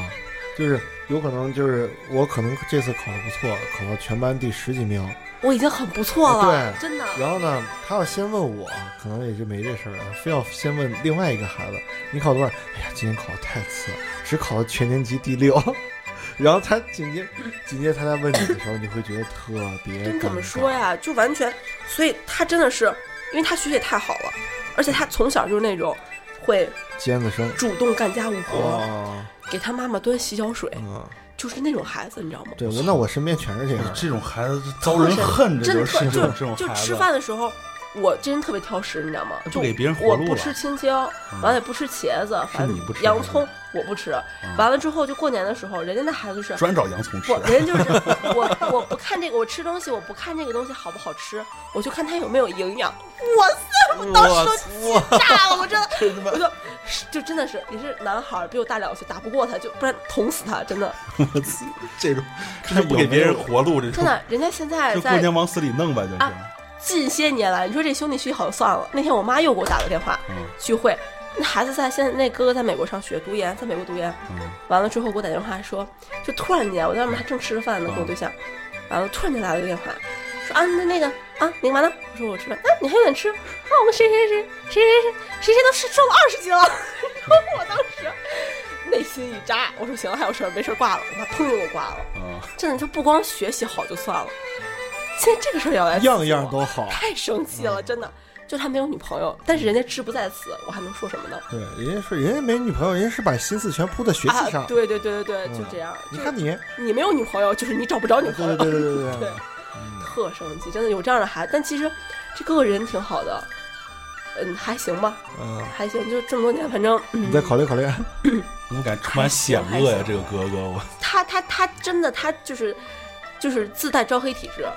A: 就是有可能就是我可能这次考的不错，考到全班第十几名。
C: 我已经很不错了，
A: 对
C: 真的。
A: 然后呢，他要先问我，可能也就没这事儿了，非要先问另外一个孩子，你考多少？哎呀，今年考的太次了，只考了全年级第六。 然后他紧接紧接他在问你的时候，你会觉得特别
C: 真
A: 尴
C: 怎么说
A: 尬？
C: 呀？就完全，所以他真的是，因为他学习也太好了，而且他从小就是那种会
A: 尖子生。
C: 主动干家务活，
A: 哦，
C: 给他妈妈端洗脚水，
A: 嗯，
C: 就是那种孩子，你知道吗？
A: 对，我那我身边全是这样的。
B: 这种孩子遭人恨，这
C: 真
B: 就
C: 的
B: 是
C: 特
B: 这种这
C: 就
B: 种
C: 就
B: 孩
C: 吃
B: 子。
C: 饭的时候，我这人特别挑食，你知道吗？就
B: 不给别人活
C: 我
B: 路
C: 不
B: 了嗯
C: 吃青椒，完了也不吃茄子，反正
B: 你不吃
C: 洋葱我不吃。
B: 嗯
C: 完了之后就过年的时候，人家那孩子是。
B: 专找洋葱吃
C: 不，，人家就是我，我不看这个，我吃东西，我不看这个东西好不好吃，我就看它有没有营养。哇塞，我当时
B: 我
C: 都炸了，我 真的，
B: 这他妈
C: 我就是就真的是，也是男孩儿，比我大两岁，打不过他，就不然捅死他，真的，
B: 我操 这种这
A: 是
B: 是不给
A: 有没
B: 别人
A: 有
B: 活路，这
C: 真
B: 种
C: 的，人家现在
B: 就过
C: 在
B: 年往死里弄吧，就是
C: 啊近些年来，你说这兄弟学习好就算了，那天我妈又给我打了个电话，
B: 嗯
C: 聚会，那孩子在现在那哥哥在美国上学，读研，在美国读研，
B: 嗯
C: 完了之后给我打电话说，就突然间，我在外面还正吃着饭呢，跟我对象，完了突然间来了个电话，说啊那那个啊你干嘛呢？我说我吃饭，啊你还有点吃？啊我们谁谁谁谁谁谁谁谁都吃瘦了二十斤了， 然后我当时内心一扎，我说行了还有事儿没事儿挂了，我妈砰就给我挂了。
B: 啊，
C: 真的，就不光学习好就算了，现在这个事儿要来刺激 我
A: 样样都好。
C: 太生气
A: 嗯
C: 了，真的。就他没有女朋友，但是人家志不在此，我还能说什么呢？
A: 对，人家说人家没女朋友，人家是把心思全扑在学习上。
C: 啊，对对对对对，
A: 嗯
C: 就这样。
A: 你
C: 就
A: 看你，
C: 你没有女朋友，就是你找不着女
A: 对
C: 朋
A: 对
C: 友，
A: 对对对
C: 对
A: 对，
C: 特生气，真的有这样的孩子。但其实这哥哥人挺好的，嗯，还行吧，
A: 嗯，
C: 还行，就这么多年，反正、嗯
A: 你再考虑考虑。
B: 怎么敢充满险恶呀？这个哥哥，我
C: 他他他真的他就是就是自带招黑体质，
B: 啊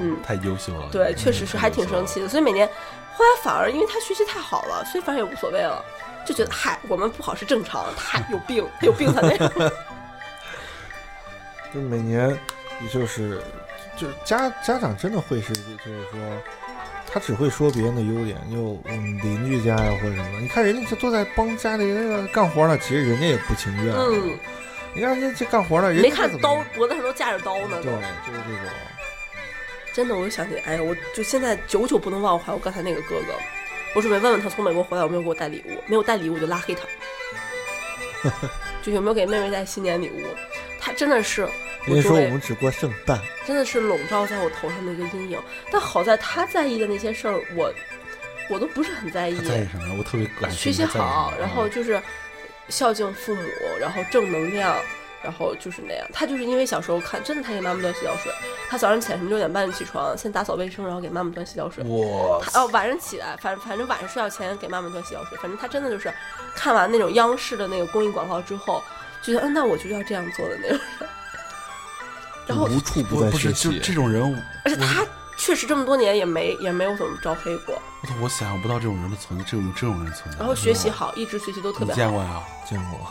C: 嗯，
B: 太优秀了。
C: 对，
B: 嗯
C: 确实是还挺生。气的。所以每年后来反而因为他学习太好了，所以反而也无所谓了，就觉得嗨，我们不好是正常，他有病， 他有病才那样。
A: 就每年，也就是就是家家长真的会是就就是说，他只会说别人的优点，就我们邻居家呀或者什么，你看人家这都在帮家里那个干活呢，其实人家也不情愿。
C: 嗯，
A: 你看人家这干活呢，人
C: 没
A: 家
C: 看
A: 怎么
C: 刀脖子上都架着刀呢
A: 对，，就是这种。
C: 真的，我就想起，哎呀，我就现在久久不能忘怀我刚才那个哥哥。我准备问问他从美国回来有没有给我带礼物，没有带礼物我就拉黑他， 就有没有给妹妹带新年礼物。他真的是，
A: 人家说
C: 周围
A: 我们只过圣诞，
C: 真的是笼罩在我头上的一个阴影。但好在他在意的那些事儿，我我都不是很在意
B: 他。在意什么？我特别感兴趣
C: 学习
B: 他在意什嗯么
C: 好，然后就是孝敬父母，然后正能量，然后就是那样。他就是因为小时候看，真的他给妈妈端洗脚水，他早上起来什么六点半就起床，先打扫卫生，然后给妈妈端洗脚水。
B: 哇
C: 他哦，晚上起来，反正反正晚上睡觉前给妈妈端洗脚水。反正他真的就是看完那种央视的那个公益广告之后，就觉得嗯，那我就要这样做的那种人。然后
A: 无处不
B: 不
A: 在
B: 不
A: 学
B: 是，就
A: 习。
B: 这种人，
C: 而且他确实这么多年也没也没有怎么招黑过，
B: 我操，我想象不到这种人的存在，这种这种人存在。
C: 然后学习好，一直学习都特
B: 你
C: 别好。
B: 见过呀？
A: 见过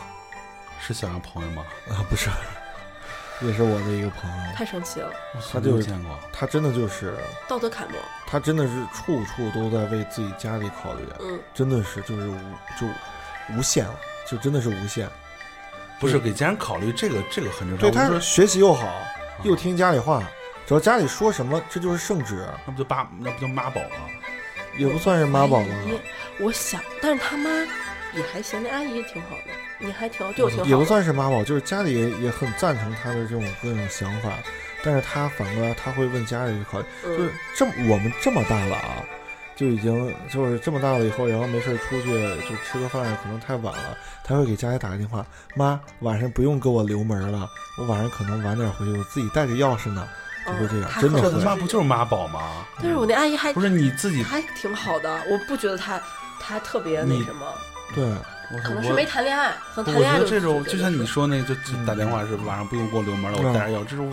B: 是小杨朋友吗？
A: 啊，不是， 也是我的一个朋友，
C: 太生气了，
B: 我从
A: 他
B: 没
A: 就
B: 有
A: 是
B: 见过。
A: 他真的就是，
C: 道德楷模。
A: 他真的是处处都在为自己家里考虑，啊
C: 嗯，
A: 真的是就是无就无限了，就真的是无限。
B: 不是给家人考虑这个，这个很正常。
A: 对
B: 我
A: 他嗯
B: 就说，
A: 学习又好，又听家里话，只要家里说什么，这就是圣旨，啊
B: 那不就爸，那不就妈宝吗？
A: 也不算是妈宝吗？
C: 姨我想，但是他妈也还行，那阿姨也挺好的，你还挺好，对我挺好的。
A: 也不算是妈宝，就是家里也也很赞成他的这种各种想法，但是他反过来他会问家里去考虑，
C: 嗯
A: 就是这么我们这么大了啊，就已经就是这么大了以后，然后没事儿出去就吃个饭，可能太晚了，他会给家里打个电话，妈，晚上不用给我留门了，我晚上可能晚点回去，我自己带着钥匙呢。就会这样
C: 嗯她
A: 真的
C: 可
B: 这
C: 能
B: 他
A: 会
B: 妈不就是妈宝吗？
C: 但是我那阿姨还
B: 不是你自己，
C: 还挺好的，我不觉得她她特别那
B: 你
C: 什么，
A: 对，
B: 我
C: 可
B: 我
C: 能是没谈恋爱，可
B: 不
C: 能
B: 我
C: 谈
B: 觉
C: 恋爱
B: 得
C: 就
B: 这种
C: 就
B: 就像你说那个，就就
A: 嗯
B: 打电话是晚上不用给我留门了，
A: 嗯
B: 我带着钥匙。这是我，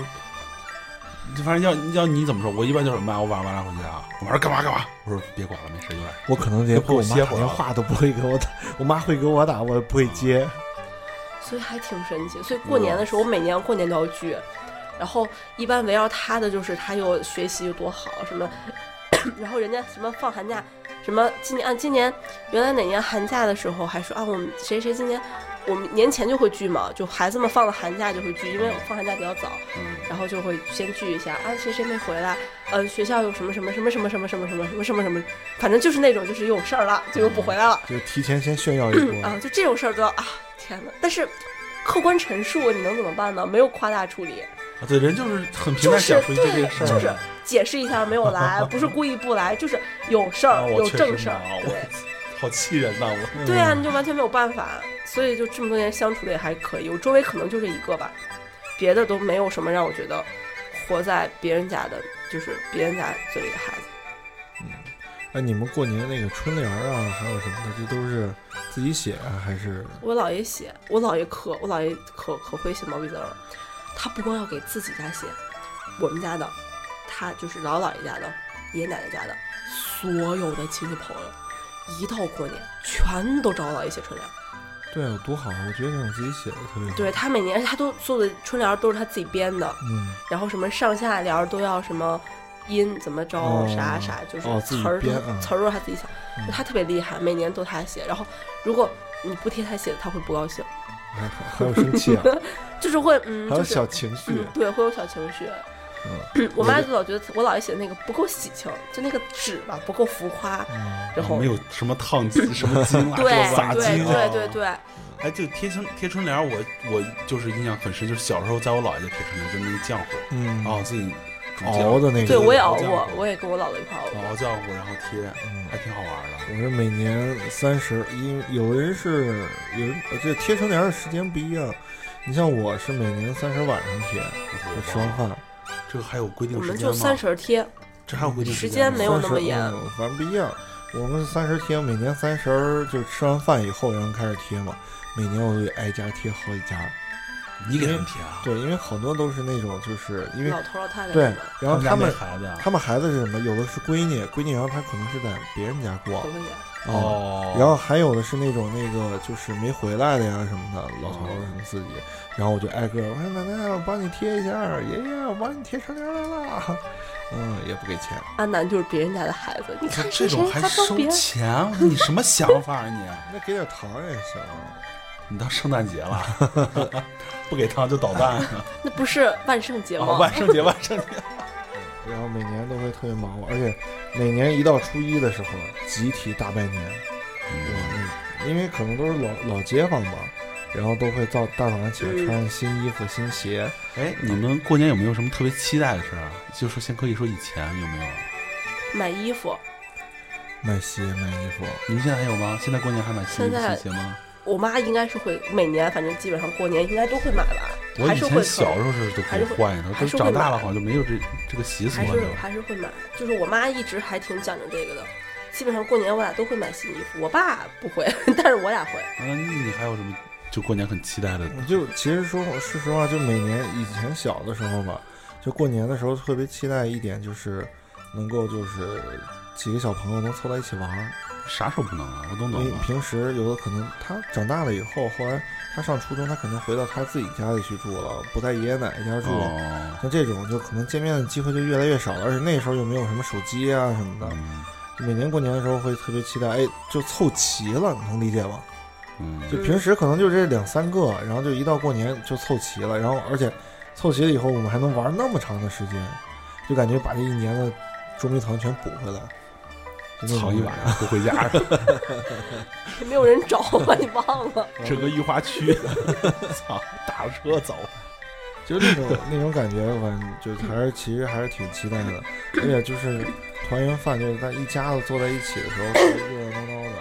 B: 就反正要要你怎么说，我一般就是妈，我晚上晚上回去啊。我晚上干嘛干嘛？我说别管了，没事，有点事。
A: 我可能连给我妈打电话都不会啊给我打，我妈会给我打，我不会接。
C: 所以还挺神奇。所以过年的时候，我每年过年都要聚，然后一般围绕他的就是他又学习又多好什么， 然后人家什么放寒假，什么今年啊今年原来哪年寒假的时候还说啊我们谁谁今年我们年前就会聚嘛，就孩子们放了寒假就会聚，因为放寒假比较早，
B: 嗯，
C: 然后就会先聚一下啊谁谁没回来，嗯、学校有什么什么什么什么什么什么什么什么什么什么，反正就是那种就是又有事儿了就又不回来了。
A: 就提前先炫耀一波，
B: 嗯
C: 啊，就这种事儿都要啊，天哪！但是客观陈述你能怎么办呢？没有夸大处理，
B: 啊对，人就是很平
C: 就
B: 淡
C: 是
B: 讲述一些这
C: 对
B: 个事，儿，
C: 就是解释一下没有来，不是故意不来，就是有事儿、
B: 啊我
C: 有
B: 确
C: 正
B: 实
C: 事儿
B: 忙，我
C: 对
B: 好气人呐！我嗯
C: 对啊，你就完全没有办法。所以就这么多年相处的也还可以，我周围可能就这一个吧，别的都没有什么让我觉得活在别人家的，就是别人家嘴里的孩子。
A: 哎，你们过年那个春联儿啊，还有什么的，这都是自己写啊，还是
C: 我姥爷写，我姥爷可我姥爷可可会写毛笔字了。他不光要给自己家写，我们家的，他就是老姥爷家的、爷爷奶奶家的，所有的亲戚朋友，一到过年全都找我姥爷写春联。
A: 对啊，多好啊！我觉得这种自己写的特别好。
C: 对，他每 年，而且他都所有的春联都是他自己编的，
A: 嗯，
C: 然后什么上下联儿都要什么音怎么着
A: 哦
C: 啥啥，就是
A: 哦自己
C: 词儿都
A: 编啊
C: 词儿都是他自己想，就他特别厉害，每年都他写。然后如果你不听他写的，他会不高兴，
A: 还有生气啊，
C: 就是会嗯，
A: 还
C: 就
A: 有
C: 是
A: 小情绪
C: 嗯，，对，会有小情绪。
B: 嗯
C: 我妈就老觉得我姥爷写的那个不够喜庆，就那个纸吧不够浮夸，然后
B: 嗯没有什么烫金，什么金啊，
C: 对
B: 这
C: 对
B: 撒金啊。
C: 对对对，
B: 哎，就贴春贴春联儿，我我就是印象很深，就是小时候在我姥爷家贴春联儿，就那个浆糊，
A: 嗯
B: 然，后自己煮
A: 熬
B: 浆，
A: 的那个，
C: 对我也熬
B: 这样
C: 过
B: 吧，
C: 我也跟我姥姥一块儿熬过。
B: 熬浆糊，然后贴，
A: 嗯
B: 还挺好玩儿的。
A: 我是每年三十，因为有人是有人呃这贴春联的时间不一样。你像我是每年三十晚上贴，就吃完饭，
B: 这个还有规
C: 我
B: 定时
C: 们
B: 间
C: 就
B: 吗？
C: 三十贴，
B: 这还有规定
C: 时
B: 间
C: 间
B: 吗
C: 没有那么
A: 30
C: 严
A: 嗯反正不一样。我们三十贴，每年三十儿就吃完饭以后，然后开始贴嘛。每年我都得挨家贴好几家，
B: 你给他们贴啊？
A: 对，因为好多都是那种，就是因为
C: 老头老太太
A: 对
C: 什么的，
A: 然后他
B: 他
A: 们
B: 家没孩子啊呀？
A: 他们孩子是什么？有的是闺女，闺女然后她可能是在别人家过
C: 我，问你，
A: 哦，
B: 哦，
A: 然后还有的是那种那个就是没回来的呀什么的，老头儿什么自己，然后我就挨个儿我说奶奶，我帮你贴一下，爷爷，我帮你贴春联来了，嗯，也不给钱，
C: 阿南就是别人家的孩子，你
B: 这
C: 看
B: 这
C: 谁谁
B: 种还
C: 他帮
B: 收
C: 别人，
B: 钱？我说你什么想法啊你？
A: 那给点糖也行啊，
B: 你当圣诞节了？ 不给糖就捣蛋啊！
C: 那不是万圣节
B: 哦
C: 吗？
B: 万圣节，万圣节，
A: 然后每年都会特别忙活，而且每年一到初一的时候，集体大拜年，哇，因为可能都是老老街坊嘛，然后都会到大早上起来穿上新衣服、新鞋，
B: 哎，你们过年有没有什么特别期待的事儿啊？就说先可以说以前有没有？
C: 买衣服，
A: 买鞋、买衣服，
B: 你们现在还有吗？现在过年还买新
C: 现在
B: 新鞋吗？
C: 我妈应该是会每年，反正基本上过年应该都会买吧，
B: 我
C: 还
B: 以
C: 是会
B: 前小时候是都可以换一套，
C: 还
B: 但
C: 是
B: 是
C: 会
B: 长大
C: 买
B: 了好像就没有这这个习俗
C: 还
B: 了，啊
C: 是
B: 对吧？
C: 还是会买，就是我妈一直还挺讲究这个的。基本上过年我俩都会买新衣服，我爸不会， 但是我俩会。
B: 那你还有什么就过年很期待的？
A: 我就其实说是实话，就每年以前小的时候吧，就过年的时候特别期待一点，就是能够就是几个小朋友能凑到一起玩儿。
B: 啥时候不能啊？我都
A: 因
B: 能
A: 为
B: 啊。
A: 平时有的可能他长大了以后，后来他上初中，他可能回到他自己家里去住了，不在爷爷奶奶家住。
B: 哦，
A: 像这种就可能见面的机会就越来越少了，而且那时候又没有什么手机啊什么的，
B: 嗯
A: 每年过年的时候会特别期待，哎，就凑齐了，你能理解吗？
B: 嗯，
A: 就平时可能就这两三个，然后就一到过年就凑齐了，然后而且凑齐了以后，我们还能玩那么长的时间，就感觉把这一年的捉迷藏全补回来，就那种
B: 藏一晚
A: 感
B: 上不回 家，
C: 也没有人找我，你忘了？
B: 整个御 花区，操，打着车走。
A: 觉，就是那种那种感觉，反正就还是其实还是挺期待的，而且就是团圆饭，就是在一家子坐在一起的时候，热热闹闹的。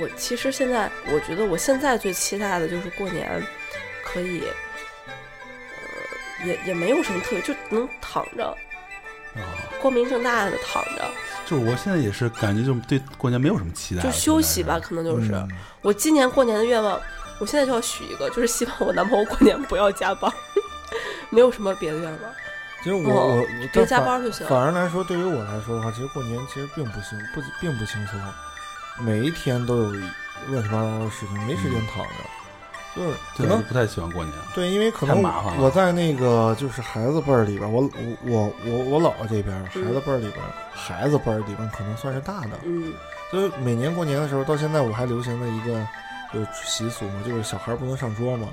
C: 我其实现在，我觉得我现在最期待的就是过年可以，呃，也也没有什么特别，就能躺着，
B: 啊，
C: 光明正大的躺着，
B: 就是我现在也是感觉就对过年没有什么期待了，
C: 就休息吧。
B: 现
C: 可能就是、
A: 嗯
C: 我今年过年的愿望，我现在就要许一个，就是希望我男朋友过年不要加班， 没有什么别的愿望，
A: 其实我
C: 哦
A: 我我
C: 别
A: 但
C: 加
A: 反
C: 班就行。
A: 反而来说，对于我来说的话，其实过年其实并不轻，不并不轻松，每一天都有乱七八糟的事情，没时间躺着。就是可
B: 在嗯对，我
A: 能
B: 就不太喜欢过年。
A: 对，因为可能
B: 太麻烦了
A: 我在那个就是孩子辈儿里边，我我我我我姥姥这边，孩子辈儿里边，孩子辈儿里边可能算是大的。
C: 嗯，
A: 所以每年过年的时候，到现在我还流行的一个就是习俗嘛，就是小孩儿不能上桌嘛。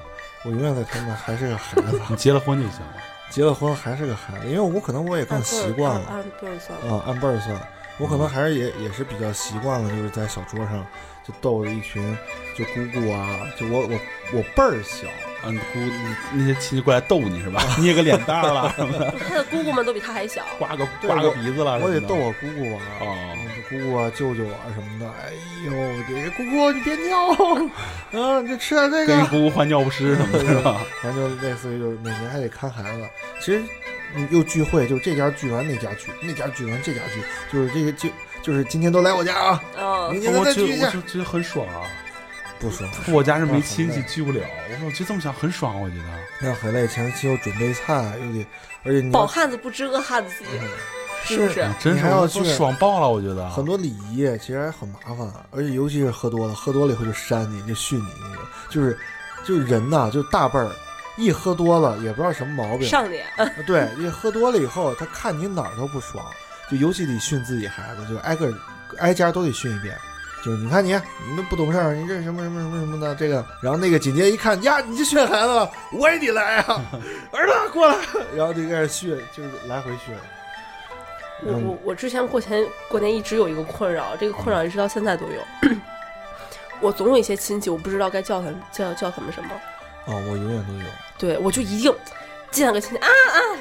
A: 我永远在他们还是个孩子，
B: 你结了婚就行了，
A: 结了婚还是个孩子，因为我可能我也更
C: 按辈儿
A: 习惯了。
C: 按按辈儿算。
A: 啊，按辈儿算，我可能还是也也是比较习惯了，就是在小桌上就逗着一群就姑姑啊，就我我我辈儿小，
B: 啊，你姑你那些亲戚过来逗你是吧？
A: 啊
B: 捏个脸蛋儿啦，什么的，
C: 他的姑姑们都比他还小，
B: 刮个
A: 对
B: 刮个
A: 我
B: 鼻子啦，
A: 我得
B: 什么的
A: 逗。我姑姑玩儿，
B: 哦，
A: 就姑姑啊、舅舅啊什么的，哎呦，这姑姑你别尿， 啊，你就吃点这
B: 跟
A: 个，
B: 姑姑换尿不湿什么的，是吧？
A: 反正就类似于就是每年还得看孩子，其实。你又聚会，就这家聚完那家聚，那家聚完这家聚，就是这个就就是今天都来我家啊，明
C: 嗯，
A: 天
B: 哦
A: 咱
B: 我
A: 再
B: 觉
A: 聚
B: 得
A: 一
B: 我
A: 下。
B: 就觉得很爽啊！
A: 不说，
B: 我家是没亲戚，聚不了。我我就这么想，很爽，啊我觉得。
A: 那回来前期又准备菜，又得，而且你要
C: 饱汉子不知饿汉子饥，是不嗯是？
B: 啊真
A: 你
B: 是
A: 还要
B: 我
A: 去
B: 爽爆了，我觉得。啊
A: 很多礼仪其实还很麻烦，而且尤其是喝多了，喝多了以后就扇你，就训你那种，就是就是人呐、就大辈儿，一喝多了也不知道什么毛病，啊
C: 上脸，
A: 对，一喝多了以后，他看你哪儿都不爽，就尤其得训自己孩子，就挨个挨家都得训一遍。就是你看你，你都不懂事儿，你这什么什么什么什么的，这个，然后那个紧接着一看呀，你这训孩子了，我也得来啊， 儿子过来，然后就开始训，就是来回训。
C: 呃我我我之前过前过年一直有一个困扰，这个困扰一直到现在都有。 我总有一些亲戚，我不知道该叫他们叫叫他们什么，
A: 啊、我永远都有。
C: 对我就一定见了个亲戚啊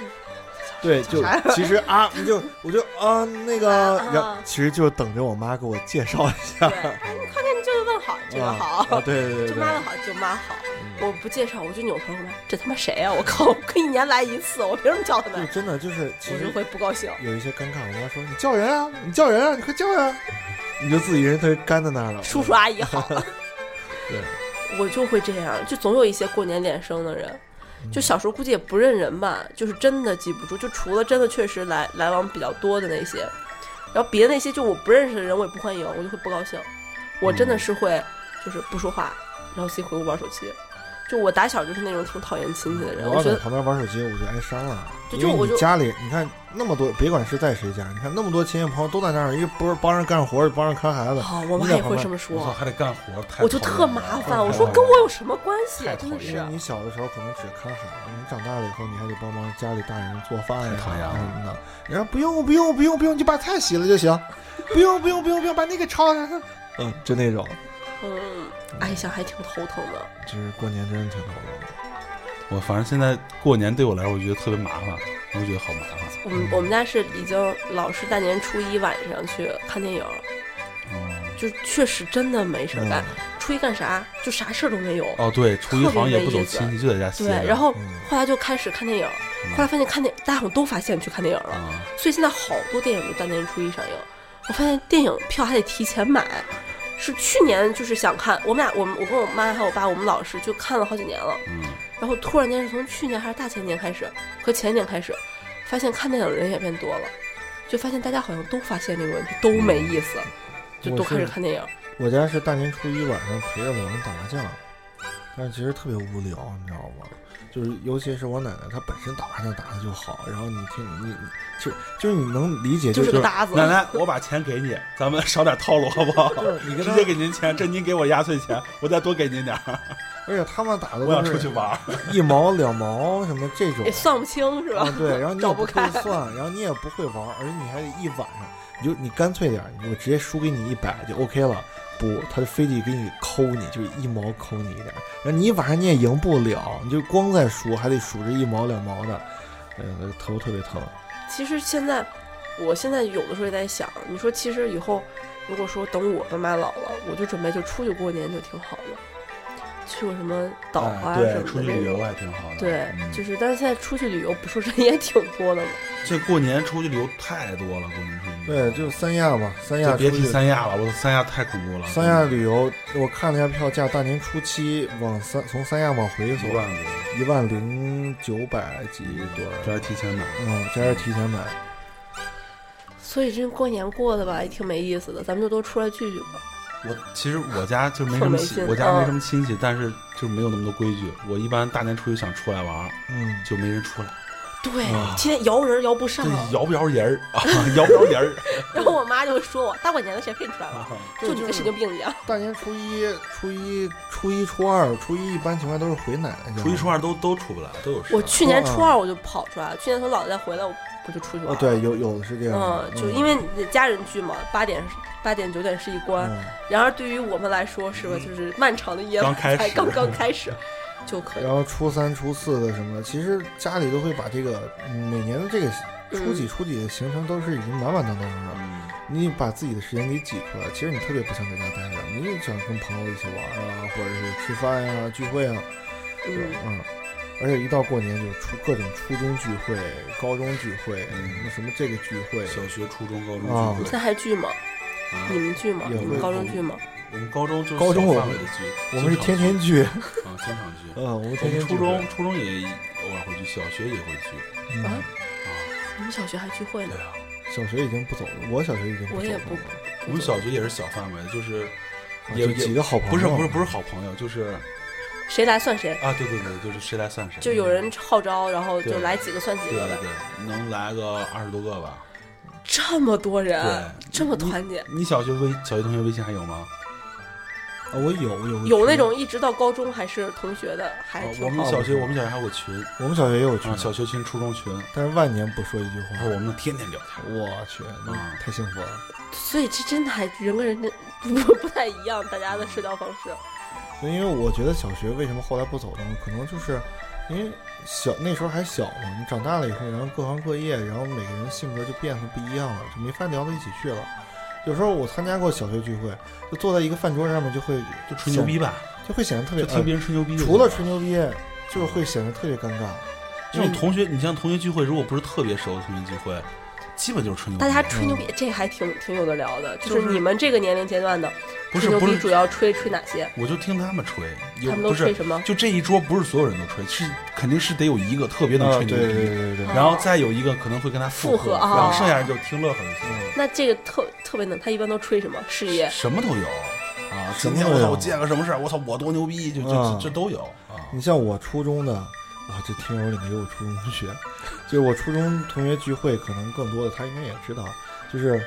A: 对，就
C: 啥
A: 其实啊，你就我就啊那个，
C: 啊
A: 然后其实就等着我妈给我介绍一下
C: 对，。哎你快点，你舅舅问好，舅舅
A: 啊
C: 好，
A: 啊，对对对
C: 舅
A: 对
C: 妈问好，舅妈好。
A: 嗯
C: 我不介绍，我就扭头我说这他妈谁啊呀、我靠，我一年来一次，我凭什么叫他
A: 就
C: 们？
A: 真的就是，其
C: 我
A: 实
C: 就会不高兴。
A: 有一些尴尬，我妈说你叫人啊，你叫人啊，你快叫呀、你就自己人特别干在那儿了。
C: 叔叔阿 姨好，
A: 对，
C: 我就会这样，就总有一些过年脸生的人。
B: 嗯
C: 就小时候估计也不认人吧，就是真的记不住。就除了真的确实来来往比较多的那些，然后别的那些就我不认识的人，我也不欢迎，我就会不高兴。我真的是会就是不说话，然后自己回屋玩手机。就我打小就是那种挺讨厌亲戚的
B: 嗯
C: 人，
A: 我
C: 我
A: 要
C: 觉
A: 在
C: 得
A: 旁边玩手机，我就挨扇了。
C: 对
A: 因为
C: 就我
A: 你
C: 就
A: 家里，你看那么多，别管是在谁家，你看那么多亲戚朋友都在那儿，一不是帮着干活，帮着看孩子，
C: 好、哦我妈
A: 你在
C: 也
A: 旁
C: 会
A: 边
C: 这么
B: 我操，
C: 说，
B: 还得干活，太
C: 我就
B: 讨厌
C: 特
B: 了
C: 麻
B: 太
C: 烦。我
B: 讨
C: 说
B: 厌
C: 跟
B: 了
C: 我有什么关系啊？
B: 太
C: 真
B: 讨
C: 的
B: 厌
C: 是
B: 了
A: 你小的时候可能只看孩子，你长大了以后，你还得帮忙家里大人做饭呀
B: 太讨厌了
A: 什么的。然后不用不用不用不用，你就把菜洗了就行，不用不用不用不用，把那个焯了。嗯，就那种，
C: 嗯，哎，想还挺头疼的。
A: 就是过年真的挺头疼的。
B: 我反正现在过年对我来说，我觉得特别麻烦，我觉得好麻烦。
C: 我们我们家是已经老是大年初一晚上去看电影，
B: 嗯
C: 就确实真的没事儿干
A: 嗯。
C: 初一干啥？就啥事儿都没有。
B: 哦，对，初一好像也不走
C: 特
B: 亲戚，就在家歇
C: 对
B: 着。，
C: 然后
A: 嗯
C: 后来就开始看电影，后来发现看电，大家好像都发现去看电影了，
B: 啊，
A: 嗯
C: 所以现在好多电影就大年初一上映。我发现电影票还得提前买，是去年就是想看，我们俩我们我跟我妈还有我爸，我们老是就看了好几年了。
B: 嗯，
C: 然后突然间是从去年还是大前年开始，和前年开始，发现看电影的人也变多了，就发现大家好像都发现这个问题，都没
B: 嗯
C: 意思，就都开始看电影。
A: 我家是大年初一晚上陪着我们打麻将，但是其实特别无聊，你知道吗？就是尤其是我奶奶，她本身打麻将打的就好，然后你听你你就就是你能理解，
C: 就
A: 就是是
C: 个搭子
B: 奶奶，我把钱给你，咱们少点套路好不好？
A: 就是你跟
B: 直
A: 他
B: 接，给您钱，这您给我压岁钱，我再多给您点儿，
A: 而且他们打的
B: 我想
A: 都
B: 出去
A: 是
B: 玩儿。
A: 一毛两毛什么这种
C: 也，算不清是吧？
A: 啊对，然后你
C: 找
A: 也
C: 不
A: 不
C: 开
A: 会算，然后你也不会玩，而且你还得一晚上，你就你干脆点儿，我直接输给你一百就 OK 了。不，他就非得给你抠你，就是一毛抠你一点儿，然后你一晚上你也赢不了，你就光在数，还得数这一毛两毛的，嗯，头特别疼。
C: 其实现在，我现在有的时候也在想，你说其实以后，如果说等我爸妈老了，我就准备就出去过年就挺好的，去过什么岛啊什么
B: 对，
C: 的，
B: 出去旅游还挺好的。
C: 对，
B: 嗯
C: 就是但是现在出去旅游，不是人也挺多的嘛？
B: 这过年出去旅游太多了，过年出去。
A: 对，就是三亚嘛，三
B: 就
A: 亚
B: 别
A: 出
B: 提
A: 去，
B: 三亚了，我操，三亚太恐怖了。
A: 三亚旅游，我看了一下票价，大年初七往三从三亚往回走
B: 一，万多，
A: 一万零九百几多少？
B: 这还提前买。
A: 嗯，这还是提前买。
C: 所以这过年过的吧，也挺没意思的，咱们就多出来聚聚吧。
B: 我其实我家就没什么亲，
C: 特没劲嗯
B: 我家没什么亲戚，但是就是没有那么多规矩。我一般大年初一想出来玩儿，
A: 嗯，
B: 就没人出来，
C: 对，
B: 啊
C: 今天摇人摇不上
B: 这，摇不摇人儿 啊？摇不摇人儿？
C: 然后我妈就会说我大过年的谁陪你出来玩？就你
A: 就
C: 跟神经病一样。
A: 大年初一、初一、初一、初二、初一一般情况都是回奶奶家。
B: 初一初二都都出不来，都有事儿。
C: 我去年初二我就跑出来了，去年从老家回来我不就出去玩
A: 哦，
C: 了？
A: 对，有有的是这样的。
C: 嗯，就因为你的家人聚嘛，八点八点九点是一关，
A: 嗯，
C: 然而对于我们来说是吧，就是漫长的夜晚
B: 刚开始
C: 才刚刚开始就可以
A: 然。后初三、初四的什么，其实家里都会把这个嗯每年的这个
C: 嗯
A: 初几、初几的行程都是已经满满当当的了。
B: 嗯
A: 你把自己的时间给挤出来，其实你特别不想在家待着，你就想跟朋友一起玩啊，或者是吃饭呀、聚会啊，对
C: 嗯，
A: 嗯。而且一到过年就是出各种初中聚会、高中聚会，
B: 嗯
A: 什么什么这个聚会，
B: 小学、初中、高
A: 啊
B: 中聚会
C: 那还聚吗？
B: 啊
C: 你，们聚吗？
A: 也会
C: 你们高中聚吗？
B: 我们高中就是
A: 高中
B: 小
A: 我
B: 范围
A: 们
B: 的聚，
A: 我们是天
B: 经
A: 天
B: 常
A: 聚，
B: 聚啊，经常聚。
A: 嗯，我们
B: 我
A: 天天
B: 们初
A: 聚
B: 中
A: 会
B: 初中也偶尔会聚，小学也会聚
A: 嗯
C: 啊
B: 啊。
C: 你们小学还聚会
B: 对
C: 呢？
B: 啊，
A: 小学已经不走了，我小学已经
C: 我
A: 走
C: 也
A: 了，
C: 不
B: 我们小学也是小范围，就是
A: 啊
B: 也
A: 就
B: 也
A: 几个好朋友，
B: 不是不是不是好朋友，就是
C: 谁来算谁，
B: 啊，对对对，就是谁来算谁，
C: 就有人号召，然后就
B: 对
C: 来几个算几
B: 对
C: 个
B: 对
C: 呗。
B: 对，能来个二十多个吧。
C: 这么多人
B: 对，
C: 这么团结，
B: 你小学微小学同学微信还有吗？
A: 啊，我有有
C: 有
A: 群
C: 那种一直到高中还是同学的，还
B: 啊
C: 挺
B: 我们
C: 好的。
B: 小学我们小学还有个群啊，
A: 我们小学也有群，
B: 小学群、初中群，
A: 但是万年不说一句
B: 然
A: 话
B: 后。我们天天聊天。
A: 我去，那
B: 嗯
A: 太幸福了。
C: 所以这真的还人跟人的不不太一样，大家的社交方式。
B: 嗯
A: 就因为我觉得小学为什么后来不走呢？可能就是因为小那时候还小嘛，你长大了以后，然后各行各业，然后每个人性格就变得不一样了，就没法聊到一起去了。有时候我参加过小学聚会，就坐在一个饭桌上面，就会
B: 就吹牛逼吧，
A: 就会显得特别
B: 就听别人吹牛逼
A: 呃
B: 就行。
A: 除了吹牛逼，就是会显得特别尴尬。
B: 这
C: 嗯
B: 种同学，你像同学聚会，如果不是特别熟的同学聚会，基本就是吹牛逼。
C: 大家吹牛逼，这还挺挺有的聊的。就是
B: 就是
C: 你们这个年龄阶段的
B: 不
C: 吹
B: 是
C: 牛
B: 不
C: 逼，
B: 是
C: 主要吹吹哪些？
B: 我就听他们吹，有
C: 他们
B: 不
C: 都
B: 是
C: 吹什么？
B: 就这一桌不是所有人都吹，是肯定是得有一个特别能
A: 啊，
B: 吹
A: 对
B: 牛逼，
A: 对对对对，
B: 然后再有一个可能会跟他
C: 附
B: 和，
C: 和啊
B: 然后剩下人就听乐呵就行。
A: 嗯，
C: 那这个特特别能，他一般都吹什么？事业。
B: 什么都有啊，
A: 什
B: 今
A: 么
B: 天
A: 都
B: 我操
A: 有
B: 我见个什么事儿，我操我多牛逼，就就
A: 啊
B: 就就都有啊。
A: 你像我初中的，哇，这听友里面有我初中同学，就是我初中同学聚会，可能更多的他应该也知道，就是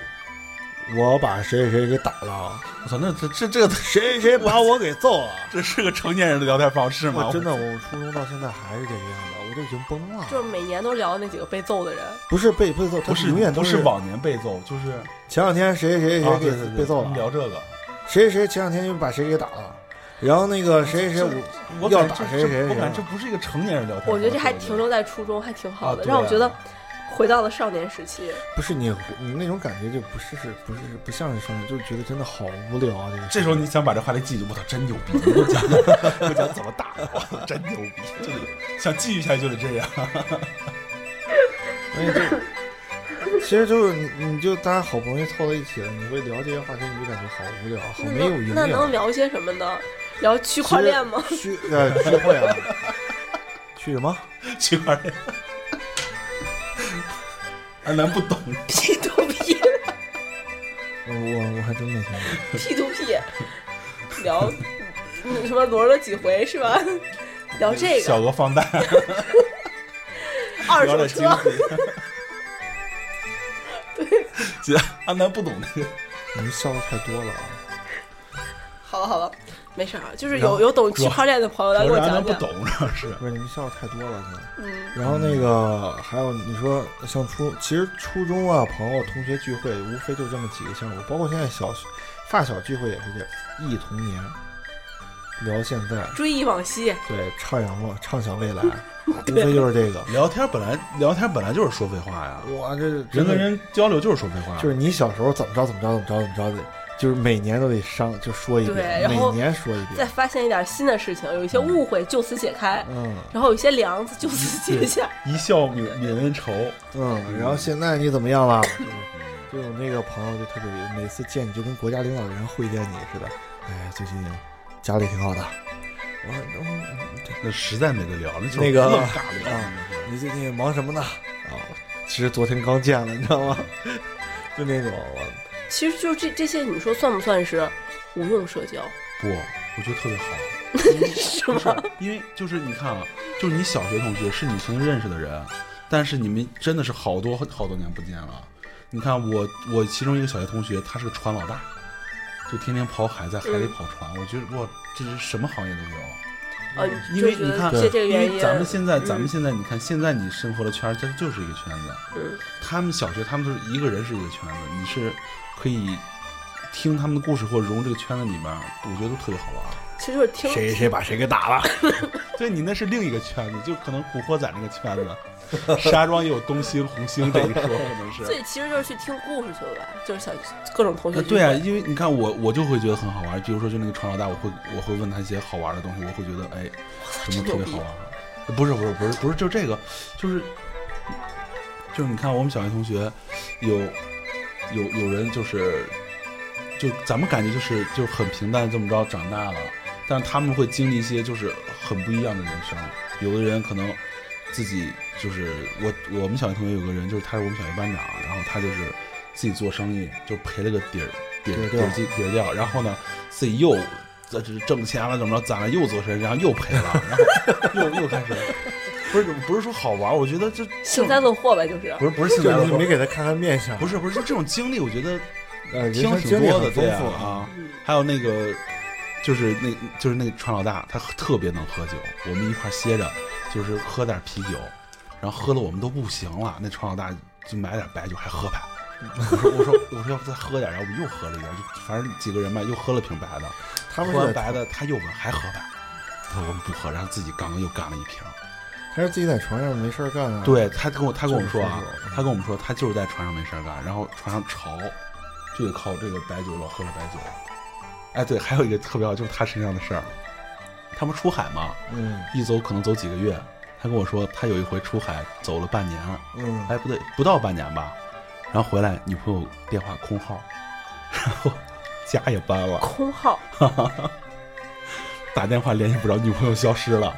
A: 我把谁谁谁给打了，
B: 我操，那这这这个
A: 谁谁谁把我给揍了。
B: 这是个成年人的聊天方式吗？
A: 我真的，我初中到现在还是这个样子，我都已经崩了。
C: 就是每年都聊那几个被揍的人，
B: 哦
A: 不是被被揍，
B: 不
A: 他
B: 是
A: 永远都
B: 不是往年被揍，就是
A: 前两天谁谁谁
B: 啊
A: 谁
B: 对对
A: 给
B: 对
A: 被揍
B: 聊
A: 了，
B: 这个，
A: 谁谁谁前两天又把谁给打了，然后那个谁谁谁
B: 这
A: 我
B: 我
A: 要
B: 感
A: 打
B: 觉
A: 谁
B: 这
A: 谁
B: 我感
A: 谁
B: 觉这不是一个成年人聊天方式。
C: 我觉得这还停留在初中，还挺好
B: 啊
C: 的，
B: 对
C: 让我
B: 啊
C: 觉得回到了少年时期。
A: 不是你你那种感觉就不是是不是不像是生日，就是觉得真的好无聊啊！这个
B: 这时候你想把这话题记住，我操，真牛逼！你给我讲，给我讲怎么打，我真牛逼！就得想继续下去就得这样。
A: 而且这其实就是你你就大家好不容易凑到一起了，你会聊这些话题，你就感觉好无聊，好
C: 那
A: 没有
C: 能
A: 营
C: 那
A: 养。
C: 能聊些什么呢？聊区块链吗？
A: 去呃聚会啊？去什么？
B: 区块链， 二男不懂，
C: P to P
A: 我我我还真没听过。
C: P to P，聊嗯什么轮了几回是吧？聊哦这
B: 小
C: 个
B: 额放贷，
C: 二
B: 聊
C: 手
B: 点
C: 车
B: 经，济。对，二男不懂那个，
A: 你们笑的太多了啊！
C: 好了好了，没事儿，啊就是
B: 然后
C: 有有懂
B: 主
C: 区
B: 要
C: 块链的朋友来给
B: 主
C: 我
B: 要是二
C: 讲
B: 男不
C: 讲。
B: 懂，主要是。
A: 不是你们笑的太多了，现在。
C: 嗯，
A: 然后那个还有你说像初，其实初中啊，朋友同学聚会无非就这么几个项目，包括现在小学发小聚会也是这样，忆童年，聊现在，
C: 追忆往昔，
A: 对，畅想未畅想 未来，无非就是这个。
B: 聊天本来聊天本来就是说废话呀，
A: 哇，这人
B: 人跟人交流就是说废话，
A: 就是你小时候怎么着怎么着怎么着怎么着的，就是每年都得商就说一
C: 对
A: 遍，
C: 然
A: 每
C: 后
A: 年说一
C: 再
A: 遍，
C: 发现一点新的事情，有一些误会就此解开，
A: 嗯
C: 然后有一些梁子就此解下。
B: 一笑泯泯恩仇。
A: 嗯。然后现在你怎么样了？就是就有那个朋友就特别，每次见你就跟国家领导人会见你似的。哎，最近家里挺好的。我说嗯
B: 那实在没得聊，那就是
A: 那个
B: 愣尬聊。
A: 啊，你最近忙什么呢？啊，其实昨天刚见了，你知道吗？就那种，我
C: 其实就这这些，你说算不算是无用社交？
B: 不，我觉得特别好，
C: 是
B: 不
C: 吗？
B: 是因为就是你看啊，就是你小学同学是你曾经认识的人，但是你们真的是好多好多年不见了。你看我我其中一个小学同学，他是个船老大，就天天跑海，在海里跑
C: 嗯
B: 船。我觉得哇，这是什么行业都有，
C: 呃，
B: 因
C: 就
B: 为
C: 觉
B: 你
C: 得
B: 看，
C: 这这个
B: 因
C: 原
B: 为
C: 因，
B: 咱们现在咱们
C: 嗯
B: 现在你看现在你生活的圈儿，它就是一个圈子。
C: 嗯
B: 他们小学，他们都是一个人是一个圈子，你是可以听他们的故事或者融这个圈子里面，我觉得都特别好玩。
C: 其实就是听
A: 谁谁把谁给打了？
B: 对你那是另一个圈子，就可能古惑仔那个圈子，石家庄也有东兴、红星这一 说，可能
C: 所以
B: 是。
C: 其实就是去听故事去了吧，就是小各种同学
B: 呃
C: 聚
B: 对啊，
C: 会。
B: 因为你看我，我就会觉得很好玩。比如说，就那个船老大，我会我会问他一些好玩的东西，我会觉得哎，什么
C: 真
B: 特
C: 牛
B: 别
C: 逼
B: 好玩的？呃不是不是不是不是，就这个，就是就是你看我们小学同学有有有人就是就咱们感觉就是就很平淡这么着长大了，但是他们会经历一些就是很不一样的人生。有的人可能自己就是我我们小学同学有个人就是他是我们小学班长，然后他就是自己做生意，就赔了个底儿底儿
A: 底儿
B: 底儿
A: 掉
B: 底儿掉，然后呢自己又这这挣钱了怎么着，攒了又做神，然后又赔了，然后又又开始，不是不是说好玩，我觉得这
C: 幸灾乐祸呗，就是
B: 不是不是幸灾
A: 就
B: 乐
A: 你
B: 祸
A: 没，给他看看面相，
B: 不是不是这种经历，我觉得
A: 呃，人
B: 听
A: 生
B: 挺
A: 经历
B: 多的，
A: 很丰
B: 对
A: 富
B: 啊。还有那个，就是那，就是那个川老大，他特别能喝酒。我们一块儿歇着，就是喝点啤酒，然后喝的我们都不行了。那川老大就买点白酒，还喝白。 我说我说我说要不再喝点，然后我们又喝了一点，就反正几个人吧，又喝了瓶白的。
A: 他们
B: 喝完
A: 是在
B: 白的，他又问还喝白。他说我们不喝，然后自己刚刚又干了一瓶。
A: 他是自己在床上没事儿干啊。
B: 对他跟我他跟我们说啊
A: 就是喝酒，
B: 他跟我们说他就是在船上没事儿干，然后船上潮，就得靠这个白酒老喝了白酒。哎，对，还有一个特别好，就是他身上的事儿。他们出海嘛，
A: 嗯
B: 一走可能走几个月。他跟我说，他有一回出海走了半年，
A: 嗯，
B: 哎，不对，不到半年吧。然后回来，女朋友电话空号，然后家也搬了，
C: 空号，
B: 打电话联系不着，女朋友消失了。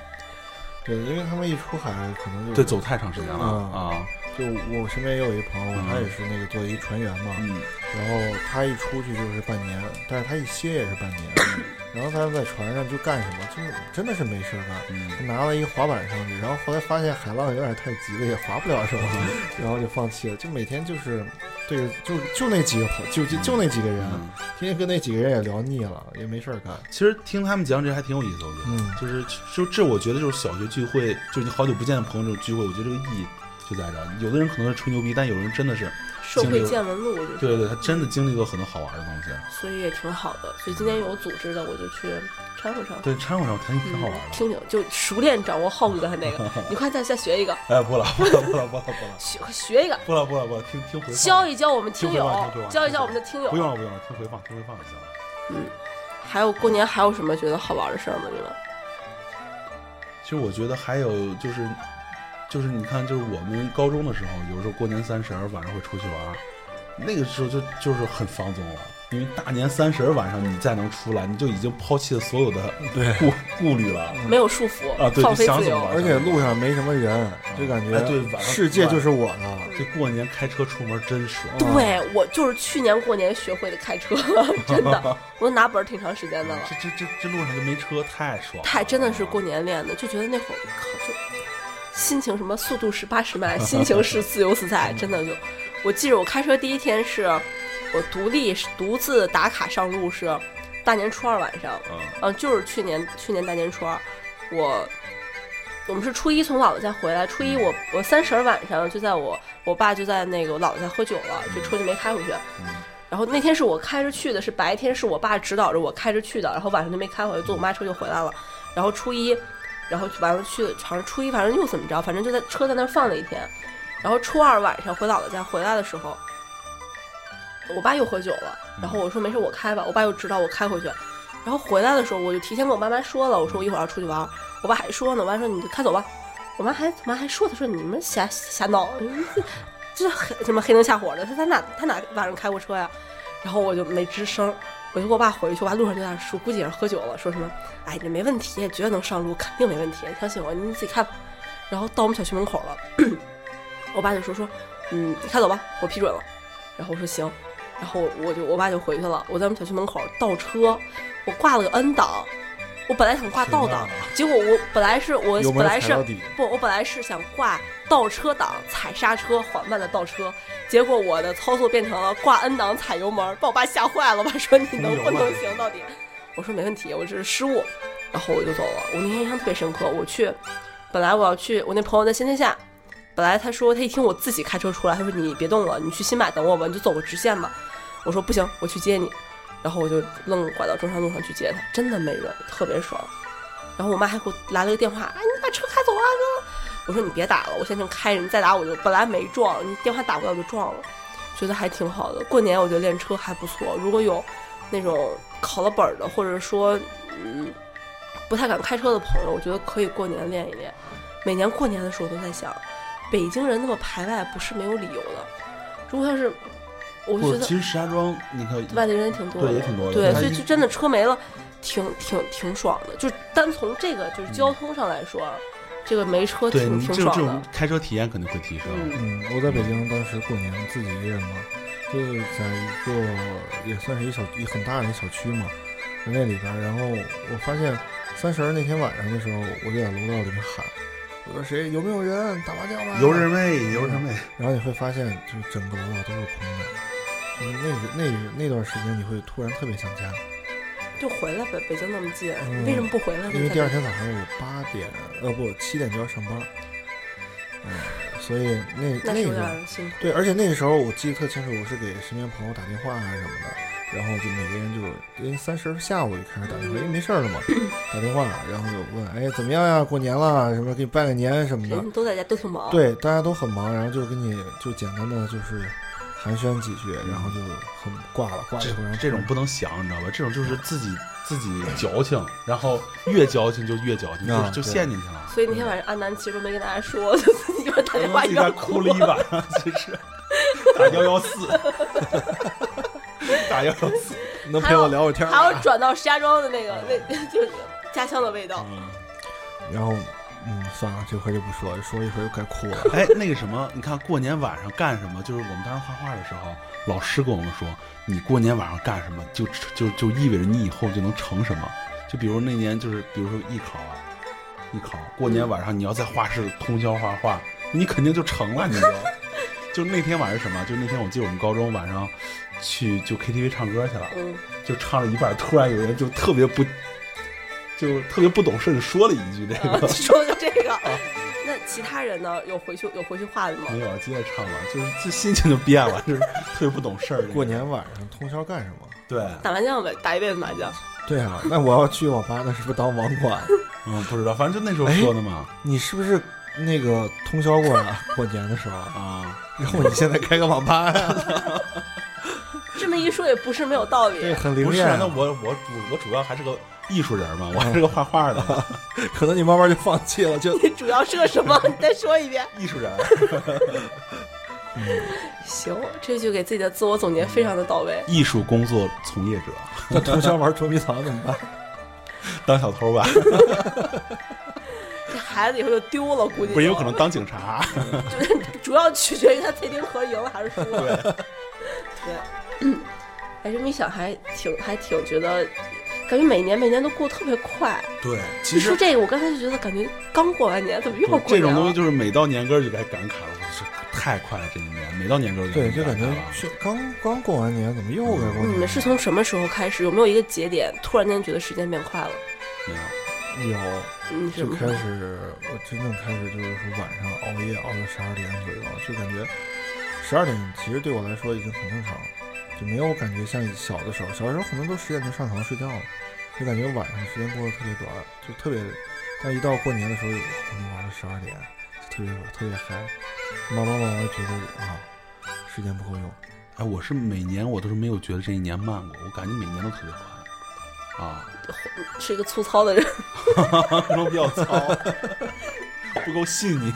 A: 对，因为他们一出海可能就
B: 对，走太长时间了
A: 嗯
B: 啊，
A: 就我身边也有一朋友，他也是那个做一船员嘛，
B: 嗯，
A: 然后他一出去就是半年，但是他一歇也是 半年，然后他在船上就干什么，就是真的是没事儿干。
B: 嗯
A: 他拿了一滑板上去，然后后来发现海浪有点太急了，也滑不了什么，
B: 嗯
A: 然后就放弃了。就每天就是对着，就就那几个朋，就就就那几个人，
B: 嗯
A: 天天跟那几个人也聊腻了，也没事儿干。
B: 其实听他们讲这还挺有意思，我觉得，
A: 嗯
B: 就是就这，我觉得就是小学聚会，就是你好久不见的朋友这种聚会，我觉得这个意义就在这儿。有的人可能是吹牛逼，但有人真的是，
C: 社
B: 经历
C: 会
B: 了
C: 见闻录，我觉得，
B: 对对，他真的经历过很多好玩的东西。
C: 所以也挺好的。所以今天有组织的，我就去掺和掺和，嗯
B: 对，掺和上肯定挺好玩的。
C: 听听，就熟练掌握浩哥的 那个。你快再再学一个，
B: 哎，不了不了不了不了不
C: 学学一个，
B: 了不了不了不了，听听回放。
C: 教一教我们听
B: 听回放
C: 友
B: 听回，放
C: 教一教我们的听
B: 不
C: 友。
B: 用了不用了，听回放听回放就行了。
C: 还有过年还有什么觉得好玩的事儿吗？你们？
B: 其实我觉得还有就是，就是你看，就是我们高中的时候，有时候过年三十儿晚上会出去玩儿，那个时候就就是很放纵了，因为大年三十儿晚上你再能出来，你就已经抛弃了所有的
A: 对
B: 顾顾虑了。
C: 没有束缚
B: 啊，对
C: 放飞
B: 就想
C: 自
B: 怎么
C: 由
B: 玩。
A: 而且路上没什么人，就感觉
B: 哎对晚上
A: 世界就是我的。
B: 这过年开车出门真爽，
C: 对我就是去年过年学会的开车， 真 的，我拿本儿挺长时间的了。
B: 啊这这这这路上就没车太爽了，
C: 太真的是过年练的，就觉得那会儿靠就心情什么速度是八十迈，心情是自由自在，真的就。我记着我开车第一天是，我独立独自打卡上路是大年初二晚上，
B: 嗯
C: 嗯、就是去年去年大年初二，我我们是初一从姥姥家回来，初一我我三十儿晚上就在我我爸就在那个我姥姥家喝酒了，这车就没开回去。然后那天是我开着去的，是白天是我爸指导着我开着去的，然后晚上就没开回去，坐我妈车就回来了。然后初一，然后完了去，好像初一反正又怎么着，反正就在车在那儿放了一天。然后初二晚上回姥姥家回来的时候，我爸又喝酒了，然后我说没事我开吧，我爸又指导我开回去。然后回来的时候，我就提前跟我妈妈说了，我说我一会儿要出去玩儿。我爸还说呢，我爸说你就开走吧。我妈还我妈还说他说你们瞎瞎闹，这黑什么黑灯瞎火的，他他哪他哪晚上开过车呀？然后我就没吱声。我就跟我爸回去，我爸路上就在那说，估计也是喝酒了，说什么“哎，你没问题，绝对能上路，肯定没问题，相信我，你自己开吧。”然后到我们小区门口了， 我爸就说说：“嗯，你开走吧，我批准了。”然后我说行，然后我就我爸就回去了。我在我们小区门口倒车，我挂了个 N 档，我本来想挂倒档，结果我本来是我
A: 油门
C: 本来
A: 踩
C: 是
A: 到底
C: 不，我本来是想挂倒车档踩刹车，缓慢的倒车，结果我的操作变成了挂 N 档踩油门，把我爸吓坏了。我爸说你能不能行到底？我说没问题，我这是失误，然后我就走了。我那天印象特别深刻，我去，本来我要去，我那朋友在新天下，本来他说他一听我自己开车出来，他说你别动了，你去新买等我吧，你就走个直线吧。我说不行，我去接你，然后我就愣拐到中山路上去接他，真的没人，特别爽。然后我妈还给我来了个电话，哎，你把车开走啊！我说你别打了，我现在正开着，你再打我就本来没撞，你电话打过来我就撞了，觉得还挺好的。过年我觉得练车还不错，如果有那种考了本儿的，或者说嗯不太敢开车的朋友，我觉得可以过年练一练。每年过年的时候，我都在想，北京人那么排外不是没有理由的。如果要是，我就
B: 不
C: 觉
B: 是，
C: 得
B: 其实石家庄你看
C: 外地人也挺多的，
B: 对也挺多的
C: 对，
B: 它
C: 所以
B: 一
C: 就真的车没了，挺挺挺爽的。就单从这个就是交通上来说，啊这个没车
B: 嗯对你
C: 挺挺
B: 这种
C: 爽
B: 这
C: 的
B: 种。开车体验肯定会提升。
C: 嗯
A: 嗯，我在北京当时过年自己一个人嘛，就是在一个也算是一小一很大的一小区嘛，那里边儿，然后我发现三十儿那天晚上的时候，我就在楼道里面喊，我说谁有没有人打麻将吧？
B: 有人没？有人没？
A: 然后你会发现，就是整个楼道都是空的，就是那个那个那段时间，你会突然特别想家，
C: 就回来呗，北京那么近，
A: 嗯
C: 为什么不回来呢？
A: 因为第二天早上我八点，呃不七点就要上班，嗯，所以那
C: 那是有
A: 个
C: 点辛苦。
A: 对，而且那个时候我记得特清楚，我是给身边朋友打电话啊什么的，然后就每个人就是因为三十下午就开始打电话，因为没事儿了嘛，打电话，然后就问哎怎么样呀，过年了，什么给你拜个年什么的
C: 人，都在家都挺忙，，
A: 对，大家都很忙，然后就跟你就简单的就是寒暄几句，然后就很挂了，挂了以后，然后
B: 这种不能想，你知道吧？这种就是自己自己矫情，然后越矫情就越矫情，
A: 啊
B: 就就
A: 对
B: 陷进去 了。
C: 所以那天晚上阿南其实都没跟大家说， 就自己一边打电话
B: 自
C: 一
B: 己在
C: 边
B: 哭了一晚上，其实打幺幺四， 打幺幺四，
A: 能
C: 还
A: 陪
C: 有
A: 我聊会儿天儿
C: 还
A: 吗
B: 啊
C: 要转到石家庄的那个那 就是家乡的味道。
A: 嗯然后嗯，算了，这回就不说了，说一会儿又该哭了。
B: 哎，那个什么，你看过年晚上干什么？就是我们当时画画的时候，老师跟我们说，你过年晚上干什么，就就就意味着你以后就能成什么。就比如那年，就是比如说艺考啊，艺考过年晚上你要在画室通宵画画，你肯定就成了，你知道吗。就那天晚上什么？就那天我记得我们高中晚上去就 KTV 唱歌去了，
C: 嗯，
B: 就唱了一半，突然有人就特别不，就特别不懂事，说了一句 这
C: 啊
B: 个。
C: 说的这个，
B: 啊
C: 那其他人呢？有回去有回去画的吗？
B: 没有，接着唱吧，就是这心情就变了，就是特别不懂事儿。这个
A: 过年晚上通宵干什么？
B: 对，
C: 打麻将呗，打一辈子麻将。
A: 对啊，那我要去网吧，那是不是当网管？
B: 嗯，不知道，反正就那时候说的嘛。
A: 你是不是那个通宵过 呀？过年的时候，
B: 啊，
A: 然后你现在开个网吧啊呀？
C: 这么一说也不是没有道
A: 对，
C: 理。
A: 很灵
B: 不是啊，
A: 验
B: 那。我我主我主要还是个艺术人嘛，我还是个画画的
A: 可能你慢慢就放弃了， 就
C: 你主要是个什么？ 你再说一遍。
B: 艺术人。
C: 行，这就给自己的自我总结非常的到位。
B: 艺术工作从业者，
A: 那通宵玩捉迷藏怎么办？
B: 当小偷 吧，
C: 这孩子以后就丢了，估计
B: 不是
C: 就
B: 有可能当警察。
C: 就是 主要取决于他最丁和赢了还是输了。对，哎，这么一想还挺还挺觉得，感觉每年每年都过得特别快。
B: 对，其
C: 一说这个，我刚才就觉得感觉刚过完年，怎么又
B: 不
C: 要
B: 是
C: 过
B: 这啊
C: 年
B: 种东西
C: 了？
B: 就是每到年根儿就该感慨了，是太快了这一年，每到年根儿
A: 对，
B: 就
A: 就
B: 感
A: 感觉
B: 慨了
A: 去刚刚过完年，怎么又该过
C: 你
A: 年
C: 嗯们是从什么时候开始？有没有一个节点突然间觉得时间变快了？
B: 没有。
A: 有
C: 嗯，什
A: 就
C: 么时
A: 开
C: 候？
A: 始，我真正开始就是说晚上熬夜熬到十二点左右，就感觉十二点其实对我来说已经很正常了，就没有感觉像小的时候，小时候可能都十点就上床睡觉了，就感觉晚上时间过得特别短，就特别，但一到过年的时候，我能玩到十二点，就特别特别嗨，慢慢慢慢觉得啊，时间不够用，
B: 哎，我是每年我都是没有觉得这一年慢过，我感觉每年都特别快，啊，
C: 是一个粗糙的人，
B: 都比较糙，不够细腻。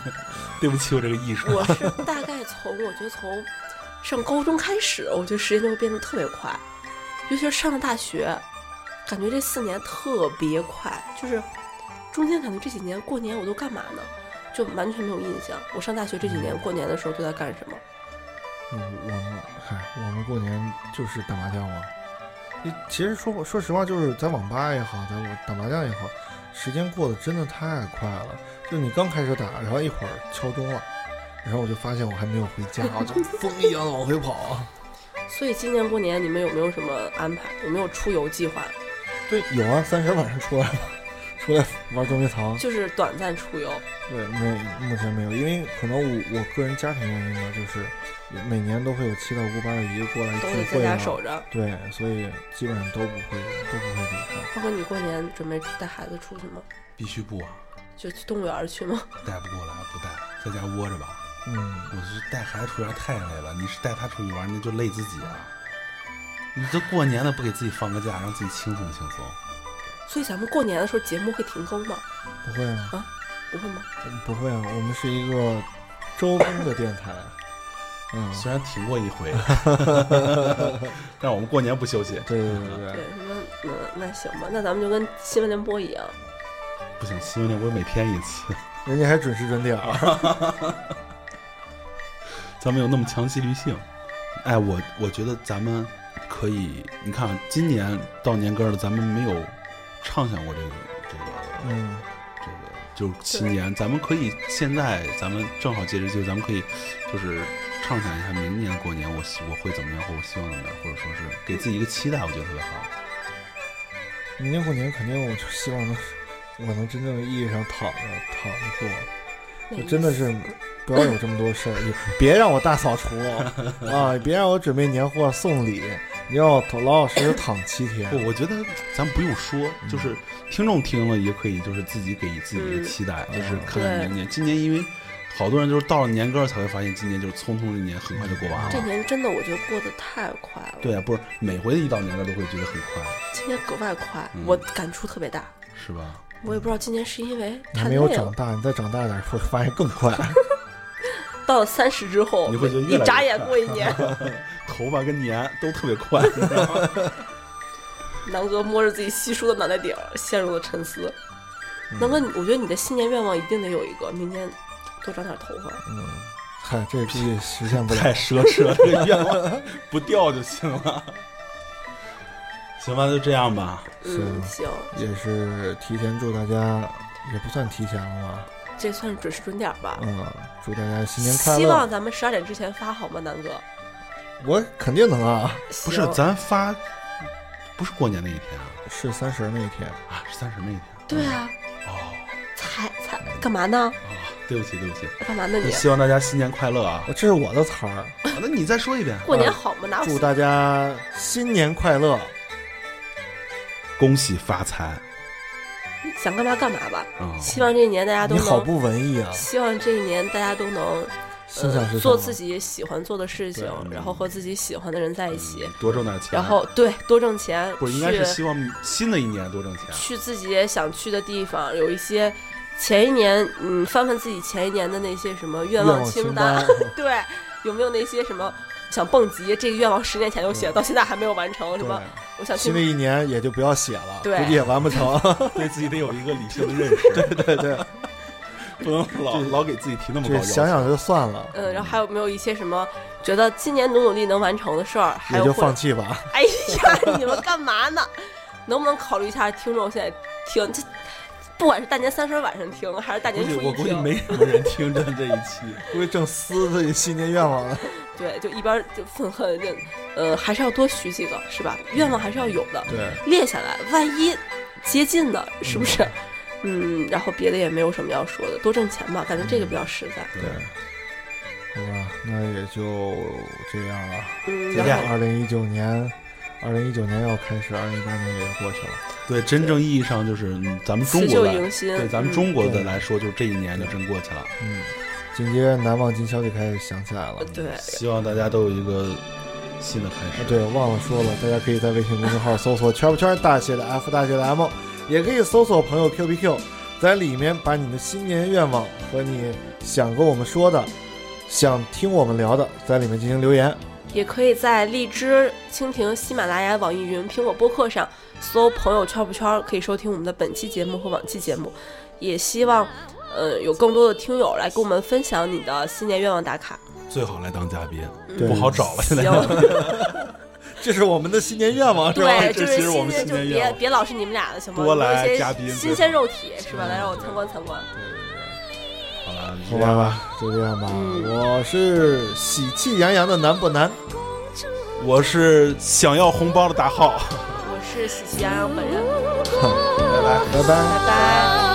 B: 对不起，我这个艺术。
C: 我是大概从我觉得从上高中开始，我觉得时间就会变得特别快，尤其是上了大学，感觉这四年特别快，就是中间感觉这几年过年我都干嘛呢？就完全没有印象。我上大学这几年过年的时候都在干什么？
A: 嗯，我们嗨，我们过年就是打麻将嘛。你其实说说实话，就是在网吧也好，在我打麻将也好，时间过得真的太快了。就你刚开始打，然后一会儿敲钟了，然后我就发现我还没有回家，我就 疯一样的往回跑。啊
C: 所以今年过年你们有没有什么安排？有没有出游计划？
A: 对，有啊，三十晚上出来了，出来玩捉迷藏。
C: 就是短暂出游，
A: 对，没目前没有，因为可能我我个人家庭原因嘛，就是每年都会有七大姑八大姨过来
C: 都
A: 聚
C: 得在
A: 会啊
C: 家
A: 嘛。
C: 守着。
A: 对，所以基本上都不会都不会离开。
C: 包括你过年准备带孩子出去吗？
B: 必须不啊，
C: 就去动物园儿去吗？
B: 带不过来不带，在家窝着吧。
A: 嗯。
B: 我是带孩子出去玩太累了，你是带他出去玩，那就累自己啊。你这过年了不给自己放个假，让自己轻松轻松。
C: 所以咱们过年的时候节目会停更吗？
A: 不会啊，
C: 不会吗？
A: 不会啊，我们是一个周更的电台。嗯，
B: 虽然停过一回， 但我们过年不休息，
A: 对对对对
C: 对
A: 对，，
C: 那那那行吧，那咱们就跟新闻联播一样，
B: 不行，新闻联播每天一次，
A: 人家还准时准点儿。
B: 咱们有那么强纪律性。哎，我我觉得咱们可以，你看啊今年到年根儿了，咱们没有畅想过这个这个
A: 嗯，
B: 这个，就是新年，咱们可以现在咱们正好借着机会，咱们可以就是畅想一下明年过年我希我会怎么样，或我希望怎么样，或者说是给自己一个期待，我觉得特别好。
A: 明年过年肯定我就希望能，我能真正意义上躺着躺着过，
C: 那
A: 真的是不要有这么多事儿，你别让我大扫除啊，别让我准备年货送礼，你让我老老实实躺七天
B: 不，。我觉得咱不用说，就是听众听了也可以，就是自己给自己一个期待，
A: 嗯
B: 就是看看
C: 对
B: 明年。今年因为好多人就是到了年根儿才会发现，今年就是匆匆一年，很快就过完
C: 这
B: 了。
C: 年真的我觉得过得太快了，
B: 对啊，不是每回一到年根儿都会觉得很快，
C: 今年格外快，
B: 嗯
C: 我感触特别大。
B: 是吧？
C: 我也不知道今年是因为
A: 你
C: 太
A: 还没
C: 累
A: 有长
C: 了，
A: 大，你再长大点儿会发现更快。
C: 到了三十之后，
B: 你会觉得越来
C: 一
B: 越
C: 眨眼
B: 快
C: 过一 年。
B: 头发跟年都特别快。
C: 南哥摸着自己稀疏的脑袋顶儿，陷入了沉思。
A: 嗯
C: 南哥，你我觉得你的新年愿望一定得有一个，明年多长点头发。
A: 嗯，嗨，这估计实现不了。
B: 太奢侈了， 这个愿望不掉就行了。行吧，就这样吧。
C: 嗯，行，
A: 也是提前祝大家，也不算提前了吧，
C: 这算是准时准点儿吧。
A: 嗯，祝大家新年快
C: 希
A: 乐
C: 望。咱们十二点之前发好吗，南哥？
A: 我肯定能啊，
B: 不是
C: 行，
B: 咱发，不是过年那一天啊，
A: 是三十那一天，
B: 啊是三十那一天。
C: 对啊，
B: 哦
C: 才才干嘛呢？
B: 啊，对不起对不起，
C: 干嘛呢你？
B: 希望大家新年快乐啊！
A: 我哦这是我的词儿。
B: 啊那你再说一遍，
C: 过年好吗？拿
A: 呃祝大家新年快乐，
B: 恭喜发财
C: 想干嘛干嘛吧。
B: 啊！
C: 希望这一年大家都
A: 你好
C: 能，
A: 不文艺啊！
C: 希望这一年大家都能呃
A: 心想事成啊，
C: 做自己喜欢做的事情
B: 对，
C: 然后和自己喜欢的人在一
A: 嗯
C: 起，
B: 嗯多挣点钱，
C: 然后对多挣钱，
B: 不是应该是希望新的一年多挣钱，
C: 去自己也想去的地方，有一些前一年，嗯，翻翻自己前一年的那些什么愿
A: 愿
C: 望
A: 望
C: 清
A: 单
C: 单，，对，有没有那些什么想蹦极，这个愿望十年前就写，到现在还没有完成，什么
A: 嗯对，
C: 我想
A: 新的
C: 去，
A: 一年也就不要写了，
C: 对
A: 估计也完不成。
B: 对自己得有一个理性的认识， 对
A: 对对，
B: 不能老老给自己提那么高
A: 这
B: 要求。
A: 想想就算了，
C: 嗯，然后还有没有一些什么觉得今年努努力能完成的事儿，
A: 也
C: 还有
A: 就
C: 或
A: 放
C: 者，
A: 弃吧。
C: 哎呀，你 们干嘛呢？能不能考虑一下听众现在听这？不管是大年三十晚上听，还是大
B: 估
C: 年
B: 计
C: 初
B: 我
C: 一
B: 估计
C: 听，
B: 没什么人听咱这一 期。
A: 估计正撕自己新年愿望呢。
C: 对，就一边就愤恨，就呃，还是要多许几个，是吧？愿望还是要有
B: 嗯
C: 的，
A: 对，
C: 列下来，万一接近的，是不是？嗯然后别的也没有什么要说的，多挣钱吧，感觉这个比较实在。
A: 对，好吧，那也就这样了。
C: 嗯，
B: 再见
C: 然后
A: 二零一九年，二零一九年要开始，二零一八年也要过去了。
B: 对，真正意义上就是嗯咱们中
C: 辞
B: 国
C: 旧
B: 的，
C: 迎新，
B: 对咱们
C: 嗯
B: 中国的来说，就是这一年就真过去了。
A: 嗯，紧接着难忘今宵就开始想起来了。
C: 对，
B: 希望大家都有一个新的开
A: 啊
B: 始。，
A: 对，忘了说了，大家可以在微信公众号搜索“圈不圈”大写的 F 大写的 M，也可以搜索朋友 QBQ，在里面把你的新年愿望和你想跟我们说的、想听我们聊的，在里面进行留言。
C: 也可以在荔枝、蜻蜓、喜马拉雅、网易云、苹果播客上搜“朋友圈不圈”，可以收听我们的本期节目和往期节目。也希望，呃，有更多的听友来跟我们分享你的新年愿望 打卡。
B: 最好来当嘉宾，
A: 对
C: 嗯
B: 不好找了。现 在
C: 行。
A: 这是我们的新年愿望，是吧？
C: 对，
B: 这
C: 就
B: 其
C: 是
B: 实我
C: 新
B: 们
C: 年
B: 新
C: 就
B: 年愿
C: 别
B: 望
C: 别老是你们俩了，行吗？
B: 多
C: 多一
B: 来
C: 些
B: 嘉宾
C: 新鲜肉体是吧？来让我参观参观。
B: 好了，
A: 好吧，好吧，就这样吧。我是喜气洋洋的南不南。
B: 我是想要红包的大浩，
C: 我是喜气洋洋本人，
B: 拜拜。
A: 拜拜。
C: 拜拜。